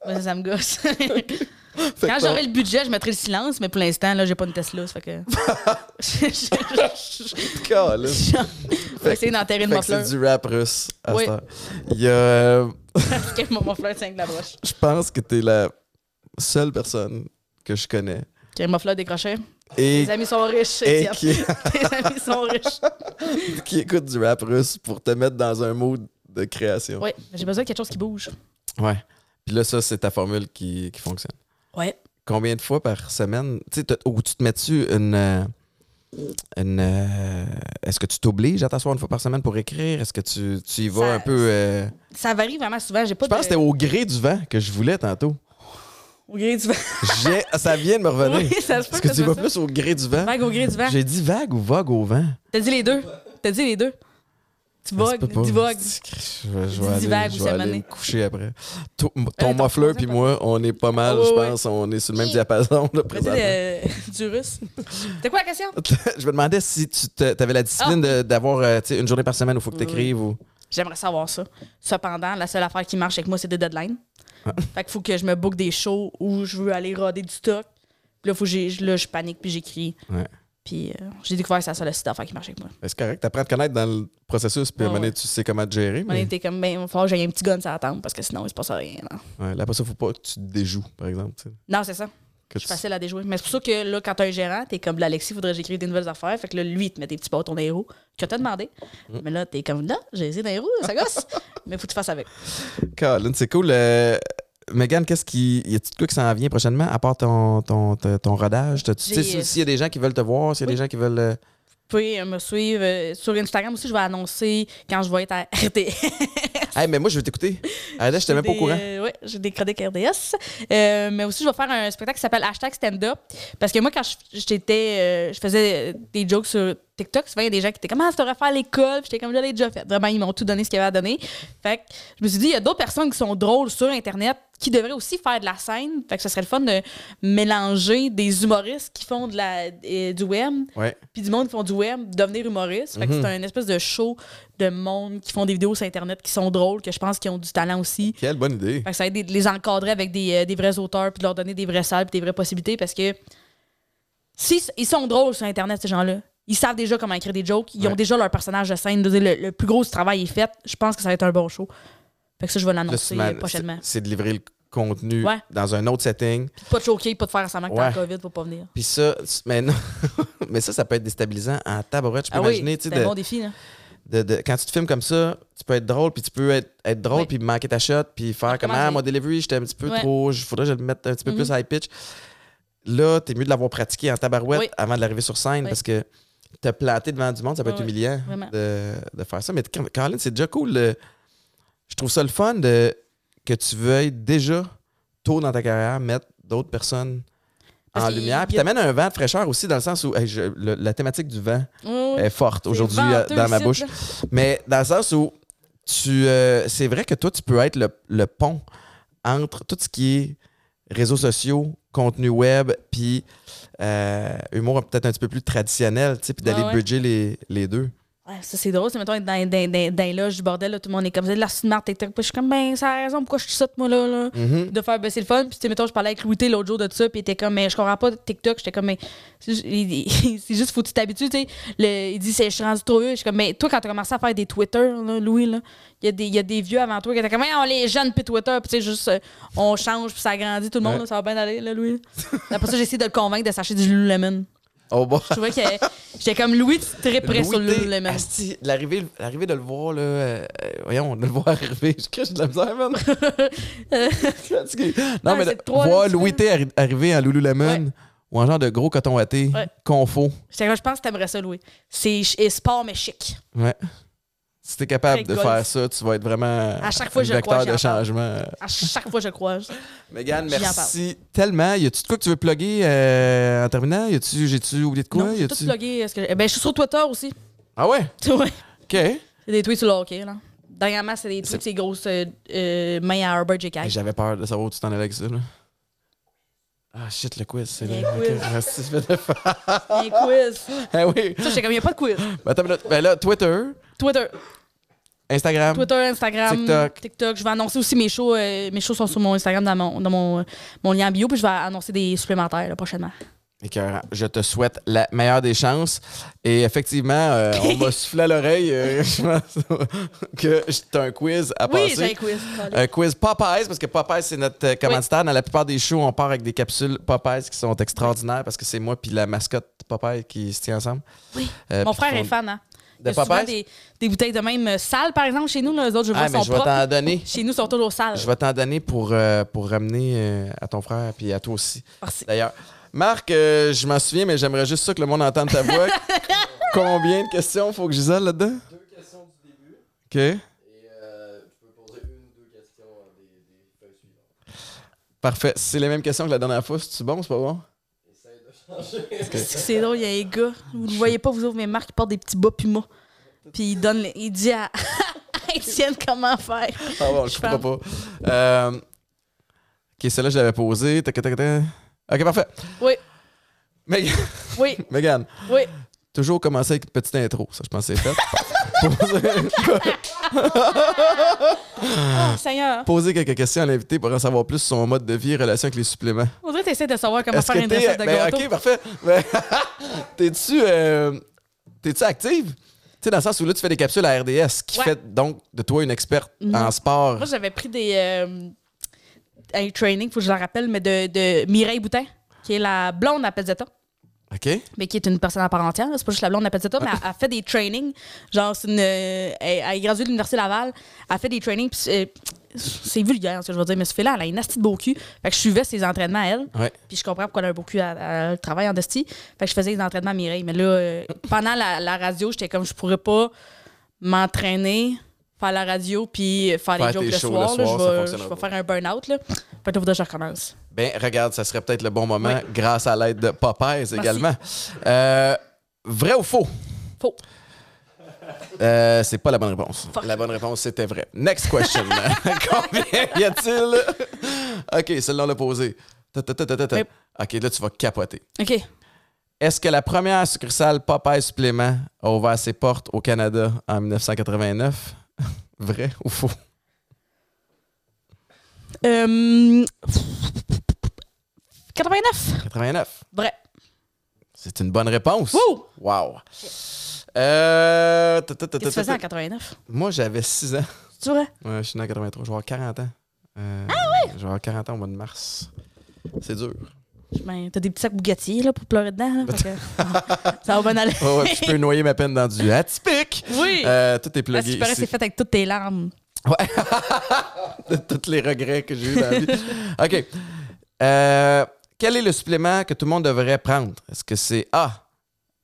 Ouais, ça, ça me gosse.
Fait
Quand
que ton-
j'aurai le budget, je mettrai le silence, mais pour l'instant, là, j'ai pas une Tesla, ça fait que. Je- je- je-
Calme.
je- Faut essayer d'enterrer le
Fait que
muffler.
c'est du rap russe à
Oui.
cette heure. Il y a, euh,
Parce que mon muffler tient avec la broche.
je pense que t'es la seule personne que je connais
J'ai un muffler décroché.
et,
Les amis sont riches,
et
Étienne.
qui,
Les amis sont riches.
qui écoute du rap russe pour te mettre dans un mood de création.
Oui, j'ai besoin de quelque chose qui bouge.
Ouais. Puis là, ça, c'est ta formule qui, qui fonctionne.
Ouais.
Combien de fois par semaine, tu sais, t'as- ou tu te mets-tu une. euh, une euh, Est-ce que tu t'obliges à t'asseoir une fois par semaine pour écrire? Est-ce que tu, tu y vas
Ça-
un peu. euh,
Ça varie vraiment souvent. J'ai pas
Je pense
de...
que c'était au gré du vent que je voulais tantôt.
au gré du vent.
J'ai- ça vient de me revenir.
Oui, ça se
Est-ce
peut que
que
ça
tu
soit
vas
ça.
plus au gré du vent?
Vague au gré du vent.
J'ai dit vague ou vogue au vent?
T'as dit les deux. T'as dit les deux. Tu
Ah, c'est
vogues,
pas pas-
tu vogues.
Je vais, je
Dis
vais aller,
vague
je vais
ou c'est
aller
mané.
me coucher après. To- m- ton
t'as
muffler
raison,
puis
t'as
moi, on est pas mal,
Ah, oui,
je
oui.
pense. On est sur le même diapason là,
T'as dit
présentement.
euh, du russe. C'était quoi la question?
je me demandais si tu avais la discipline de- d'avoir euh, tu sais, une journée par semaine où il faut que tu
Ah. Oui,
écrives. Ou...
J'aimerais savoir ça. Cependant, la seule affaire qui marche avec moi, c'est des deadlines.
Ah.
Fait qu'il faut que je me book des shows où je veux aller roder du stock. Puis là, faut que j'ai- là, je panique puis j'écris.
Ouais.
Puis euh, j'ai découvert que c'est la seule petite affaire qui marche avec moi.
Ben, C'est correct, tu apprends à te connaître dans le processus, puis à un
Ouais,
moment donné,
ouais.
tu sais comment te gérer.
On
Mais...
était comme, ben, il va falloir que j'aille un petit gun sur la tente parce que sinon, il se passe rien. Non,
Ouais, là, après ça, faut pas que tu te déjoues, par exemple. tu sais,
Non, c'est ça.
que
Je suis
tu-
facile à déjouer. Mais c'est pour ça que là, quand t'as un gérant, t'es comme, là, Alexis, faudrait que j'écrive des nouvelles affaires. Fait que là, lui, il te met des petits pots dans les roues que t'as demandé.
Mm.
Mais là, t'es comme, là, j'ai essayé dans les roues, ça gosse. Mais faut que tu fasses avec.
Colin, c'est cool. Euh, Megan, qu'est-ce qui. Y a-tu de quoi qui s'en vient prochainement, à part ton, ton, ton, ton rodage? T'as- Tu
J'ai,
sais, si-
euh,
s'il y a des gens qui veulent te voir, s'il y a des gens qui veulent. euh,
Vous pouvez euh, me suivre euh, sur Instagram aussi. Je vais annoncer quand je vais être à RDS.
Hey, mais moi, je veux t'écouter. Ah, là, j'étais même pas au
Des,
courant.
euh, ouais, j'ai des chroniques RDS. Euh, mais aussi, je vais faire un spectacle qui s'appelle Hashtag Stand Up. Parce que moi, quand je- j'étais, euh, je faisais euh, des jokes sur TikTok, souvent, il y a des gens qui étaient comme Ah, ça devrait faire l'école. Puis J'étais comme, je l'ai déjà fait. Vraiment, ils m'ont tout donné ce qu'il y avait à donner. Fait que je me suis dit, il y a d'autres personnes qui sont drôles sur Internet qui devraient aussi faire de la scène. Fait que ce serait le fun de mélanger des humoristes qui font de la, euh, du web
Ouais.
puis du monde qui font du web, devenir humoriste.
Mhm.
Fait que c'est un espèce de show de monde qui font des vidéos sur Internet qui sont drôles, que je pense qu'ils ont du talent aussi.
Quelle bonne idée.
Fait que ça aide de les encadrer avec des, euh, des vrais auteurs, puis de leur donner des vrais salles, puis des vraies possibilités, parce que si ils sont drôles sur Internet, ces gens-là, ils savent déjà comment écrire des jokes, ils ont
Ouais.
déjà leur personnage de scène. Je veux dire, Le, le plus gros du travail est fait. Je pense que ça va être un bon show. Fait que ça, je vais
Là, c'est
l'annoncer
ma-
euh, prochainement.
c'est- C'est de livrer le contenu
Ouais.
dans un autre setting.
Puis Pas de choquer, pas de faire semblant que t'as
Ouais.
le COVID pour pas venir.
Puis ça, c- mais, non. mais ça, ça peut être déstabilisant en tabarouette. Je peux
Ah oui,
imaginer, tu sais,
c'est un
de-
bon défi. là.
de- de- quand tu te filmes comme ça, tu peux être drôle, puis tu peux être, être drôle,
Oui.
puis manquer ta shot, puis faire comme
Recommencer.
Ah, mon delivery, j'étais un petit peu
Ouais.
trop, il faudrait que je le mette un petit peu
Mhm.
plus high pitch. Là, t'es mieux de l'avoir pratiqué en tabarouette
Oui.
avant de l'arriver sur scène
Oui.
parce que te planter devant du monde, ça peut être
Oui, oui.
humiliant
Vraiment.
de, de faire ça. Mais quand- Caroline, c'est déjà cool. le- je trouve ça le fun de, que tu veuilles déjà, tôt dans ta carrière, mettre d'autres personnes
Parce
en
qu'il y
lumière.
a-
Puis t'amènes un vent de fraîcheur aussi dans le sens où hey, je- le- la thématique du vent
Ouais, ouais.
est forte
C'est
Eh, aujourd'hui euh,
venteux
dans ma
ici,
bouche.
là.
Mais dans le sens où tu, euh, c'est vrai que toi, tu peux être le, le pont entre tout ce qui est réseaux sociaux, contenu web, puis euh, humour peut-être un petit peu plus traditionnel, tu sais, puis d'aller
Ouais, ouais.
budger les, les deux.
Ouais, ça, c'est drôle. C'est, mettons, être dans, dans, dans, dans les loges du bordel, là, tout le monde est comme ça, de la smart, tac, tac. Puis je suis comme, ben, ça a raison, pourquoi je suis ça, moi, là, là?
Mhm.
De faire, ben, c'est le fun. Puis, tu sais, mettons, je parlais avec Louis T l'autre jour de ça, puis il était comme, mais je comprends pas TikTok. J'étais comme, mais c'est ju- il- il- c'est juste, faut que tu t'habitues, tu sais. Le- Il dit, c'est, je suis rendu trop vieux. Je suis comme, mais toi, quand t'as commencé à faire des Twitter, là, Louis, là, il y, a des- il y a des vieux avant toi qui étaient comme, mais on les jeunes, puis Twitter, puis tu sais, juste, euh, on change, puis ça grandit, tout le monde,
Ouais.
là, ça va bien aller, là, Louis. Après ça, j'ai essayé de le convaincre de s'acheter du Lululemon.
Oh, bon.
Je trouvais que j'étais comme, Louis, tu triperais sur le
Louis T,
Lululemon.
asti, l'arrivée, l'arrivée de le voir, là, euh, euh, voyons, de le voir arriver, je crie, j'ai de la misère, man. Je suis fatigué. non,
Non,
mais
Euh, c'est
de
trois
voir
lunes
Louis T arri- arriver en Lululemon
Ouais.
ou en genre de gros coton watté,
Ouais.
confo.
J'étais comme, je pense que t'aimerais ça, Louis. C'est ch- et sport, mais chic.
Ouais. Si t'es capable
Avec
de
golf.
faire ça, tu vas être vraiment
À chaque fois,
un
je le crois,
vecteur de
j'y en parle.
changement.
À chaque fois, je crois.
Megan,
J'y en
merci tellement. Y a-tu de quoi que tu veux plugger euh, en terminant? Y a-tu, j'ai-tu oublié de quoi?
non,
Y
j'ai tout
a-tu-
plugué. est-ce que j'ai- Ben, je suis sur Twitter aussi.
Ah ouais?
Ouais.
OK.
C'est des tweets sur le hockey, là. Dernièrement, c'est des tweets, ces grosses euh, euh, mains à Herbert J.
Hey, J'avais peur de savoir où tu t'en allais avec ça. là. Ah shit, le quiz, c'est
Il y a
là.
un
Ok,
quiz.
merci, je vais le faire.
Un quiz.
Ah oui.
Ça, j'étais comme, il n'y a pas de quiz.
Ben, attends une minute. Ben là, Twitter,
Twitter.
Instagram.
Twitter, Instagram,
TikTok.
Je vais annoncer aussi mes shows. euh, mes shows sont sur mon Instagram, dans mon, dans mon, euh, mon lien bio, puis je vais annoncer des supplémentaires là, prochainement.
Écœurant. Je te souhaite la meilleure des chances. Et effectivement, euh, on m'a soufflé à l'oreille euh, je pense que c'est un quiz à
Oui,
passer. Euh,
j'ai un quiz.
Un quiz Popeyes, parce que Popeyes, c'est notre euh, commanditaire. Dans la plupart des shows, on part avec des capsules Popeyes qui sont extraordinaires parce que c'est moi puis la mascotte Popeyes qui se tient ensemble.
Oui.
Euh,
Mon
puis
frère
font-
est fan, hein?
De
Il y a souvent
Popeyes?
des, des bouteilles de même euh, sales, par exemple, chez nous. Là, les autres, je vois,
Ah, mais
sont
je vais
propres.
t'en donner.
Chez nous, ils sont toujours sales.
Je vais t'en donner pour, euh, pour ramener euh, à ton frère puis à toi aussi,
Merci.
d'ailleurs. Marc, euh, je m'en souviens, mais j'aimerais juste ça que le monde entende ta voix. Combien de questions faut que j'isole là-dedans? Deux questions du début. euh, OK. euh, Parfait. C'est les mêmes questions que la dernière fois. C'est-tu bon? C'est pas bon?
C'est que C'est drôle, il y a un gars. Vous ne voyez pas, vous ouvrez mes marques, il porte des petits bas Puma. Puis il donne, les- il dit à à Étienne comment faire.
Ah bon, je
Je
comprends pas. Euh, ok, celle-là, je l'avais posée. Tac, tac, tac. Ok, parfait.
Oui.
Meg-
Oui,
Megan,
oui.
toujours commencer avec une petite intro. Ça, je pense que c'est fait.
Oh, Seigneur.
Poser quelques questions à l'invité pour en savoir plus sur son mode de vie et relation avec les suppléments.
On dirait que t'essaies de savoir comment
Est-ce
faire
que
une
t'es.
recette de
ben,
gâteau.
ok, parfait. Ben, T'es-tu. euh, T'es-tu active? Tu sais, dans le sens où là, tu fais des capsules à RDS, qui
Ouais.
fait donc de toi une experte en
Non.
sport.
Moi, j'avais pris des. euh, un training, faut que je le rappelle, mais de, de Mireille Boutin, qui est la blonde à Pezzetta.
OK?
mais qui est une personne à part entière. là. C'est pas juste la blonde, on appelle ça, ça, mais elle, elle fait des trainings. Genre, c'est une, euh, elle, elle est graduée de l'Université Laval. Elle fait des trainings. puis c'est- euh, c'est vulgaire, ce que je veux dire, mais ce fait-là, elle a une nasty de beau cul. Fait que je suivais ses entraînements à elle.
Ouais.
Puis je comprends pourquoi elle a un beau cul. Elle, elle travaille en desti. Fait que je faisais des entraînements à Mireille. Mais là, euh, pendant la, la radio, j'étais comme, je pourrais pas m'entraîner, faire la radio, puis faire,
Faire
les jokes
tes
le
shows le
soir.
soir, ça
là. je vais,
fonctionnera
je vais
pas.
faire un burn-out. Là. Fait que là, faudrait que je recommence.
Ben, regarde, ça serait peut-être le bon moment grâce à l'aide de Popeyes également. Euh, vrai ou faux?
Faux.
Euh, c'est pas la bonne réponse.
Fuck.
La bonne réponse, c'était vrai. Next question. Combien y a-t-il? OK, celle-là, on l'a posée. Ta, ta, ta, ta, ta, ta.
Yep.
OK, là, tu vas capoter.
OK.
Est-ce que la première succursale Popeye Supplément a ouvert ses portes au Canada en 1989? vrai ou faux?
Euh, 89.
89.
Vrai.
C'est une bonne réponse.
Wouh!
Wow. Euh, ta, ta, ta,
Qu'est-ce
ta,
que tu faisais
ta,
en
ta.
89?
Moi, j'avais 6 ans.
Tu vrai?
Ouais, je suis né en 83. Je vais avoir 40 ans. ah oui? Je vais avoir 40 ans au mois de mars. C'est dur.
Ben, t'as des petits sacs Bugatti là, pour pleurer dedans. là, fait que- ça va bien aller.
Ouais, ouais, puis je peux noyer ma peine dans du atypique.
Oui!
Euh, tout est
Parce que
plugué
tu parais, Ah, c'est
ici.
fait avec toutes tes larmes.
De tous les regrets que j'ai eu dans la vie. OK. Euh, quel est le supplément que tout le monde devrait prendre? Est-ce que c'est A,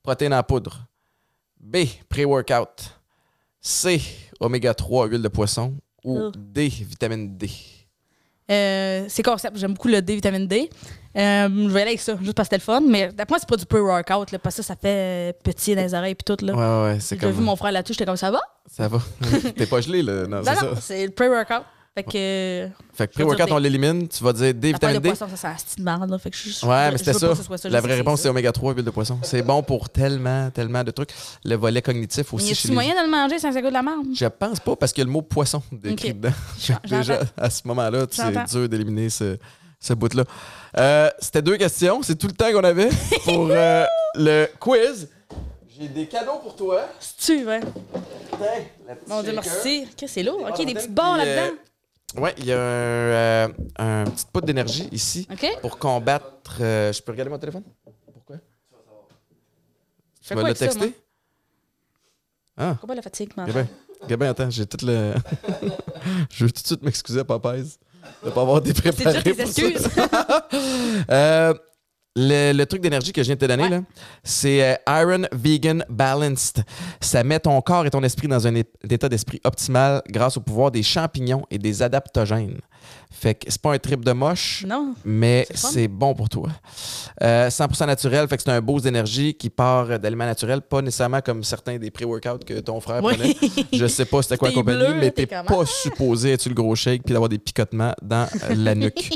protéines en poudre, B, pré-workout, C, oméga 3, huile de poisson ou
Oh.
D, vitamine D?
Euh, c'est concept. J'aime beaucoup le D, vitamine D. Euh, je vais aller avec ça, juste parce que c'était le fun. Mais d'après moi, c'est pas du pre-workout, là, parce que ça, ça fait euh, petit dans les oreilles et tout.
Ouais,
Là.
ouais, c'est
J'ai vu
comme.
mon frère là-dessus, j'étais comme ça va?
Ça va? T'es pas gelé, là? Non,
Non,
c'est ça.
non, c'est le pre-workout. Fait que.
Fait que
Je veux dire
pré-workout,
des-
on l'élimine. Tu vas dire des
La paille de
vitamines D.
poisson, ça, c'est un style de merde, là. Fait que je, je-
Ouais,
je
mais c'était
veux
ça.
pas que ce soit
La
je sais
vraie
que
réponse, c'est
ça.
oméga 3, huile de poisson. C'est bon pour tellement, tellement de trucs. Le volet cognitif
Mais
aussi.
y
chez
a-tu
les-
moyen de le manger sans que ça goûte de la merde?
Je pense pas parce qu'il y a le mot poisson décrit
Ok.
dedans.
J'en-
Déjà,
j'entends.
à ce moment-là, c'est
J'entends.
dur d'éliminer ce, ce bout-là. Euh, C'était deux questions. C'est tout le temps qu'on avait pour euh, le quiz. J'ai des cadeaux pour toi.
C'est-tu, ouais?
Tiens, le petit
Mon Dieu,
shaker.
merci. Qu'est-ce que c'est lourd? Ok, des
Puis,
petits bords
euh,
là-dedans.
Ouais, il y a un, euh, un petit pot d'énergie ici
Ok?
pour combattre. euh, je peux regarder mon téléphone? Pourquoi? Tu
Fais
vas
quoi
le
avec ça, moi?
texter? Ah.
Pourquoi la fatigue, man?
Gabin, Gabin, attends, j'ai tout le. je veux tout de suite m'excuser à Papaise de pas avoir été
C'est
préparé.
déjà tes
pour ça.
excuses.
Euh, le, le truc d'énergie que je viens de te donner,
Ouais.
là, c'est euh, Iron Vegan Balanced. Ça met ton corps et ton esprit dans un é- état d'esprit optimal grâce au pouvoir des champignons et des adaptogènes. Fait que c'est pas un trip de moche,
non.
mais
C'est fun.
c'est bon pour toi. Euh, 100% naturel, fait que c'est un boost d'énergie qui part d'aliments naturels, pas nécessairement comme certains des pré-workouts que ton frère
Ouais.
prenait. Je sais pas c'était quoi la
T'es
compagnie,
bleu,
mais t'es
t'es
pas
comment?
supposé être sur le gros shake puis d'avoir des picotements dans la nuque.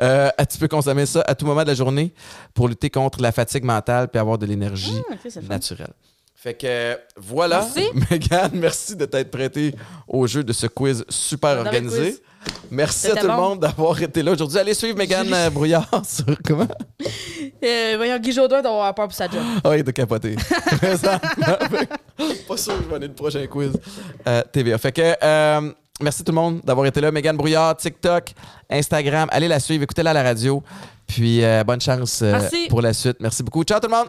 Euh, tu peux consommer ça à tout moment de la journée pour lutter contre la fatigue mentale puis avoir de l'énergie
Ah, ok, c'est le fun.
naturelle. Fait que euh, voilà.
Merci.
Mégane, merci de t'être prêté au jeu de ce quiz super
J'adore le
organisé.
quiz.
Merci à
C'était
tout le
bon.
monde d'avoir été là aujourd'hui. Allez suivre Mégane
Julie.
euh, Brouillard sur comment?
Euh, voyons, Guy Jodoin doit avoir peur pour sa job.
Ah, il est capoté. Pas sûr que je vais aller le prochain quiz euh, TVA. Fait que, euh, merci tout le monde d'avoir été là. Mégane Brouillard, TikTok, Instagram. Allez la suivre, écoutez-la à la radio. Puis, euh, bonne chance euh,
Merci.
pour la suite. Merci beaucoup. Ciao tout le monde!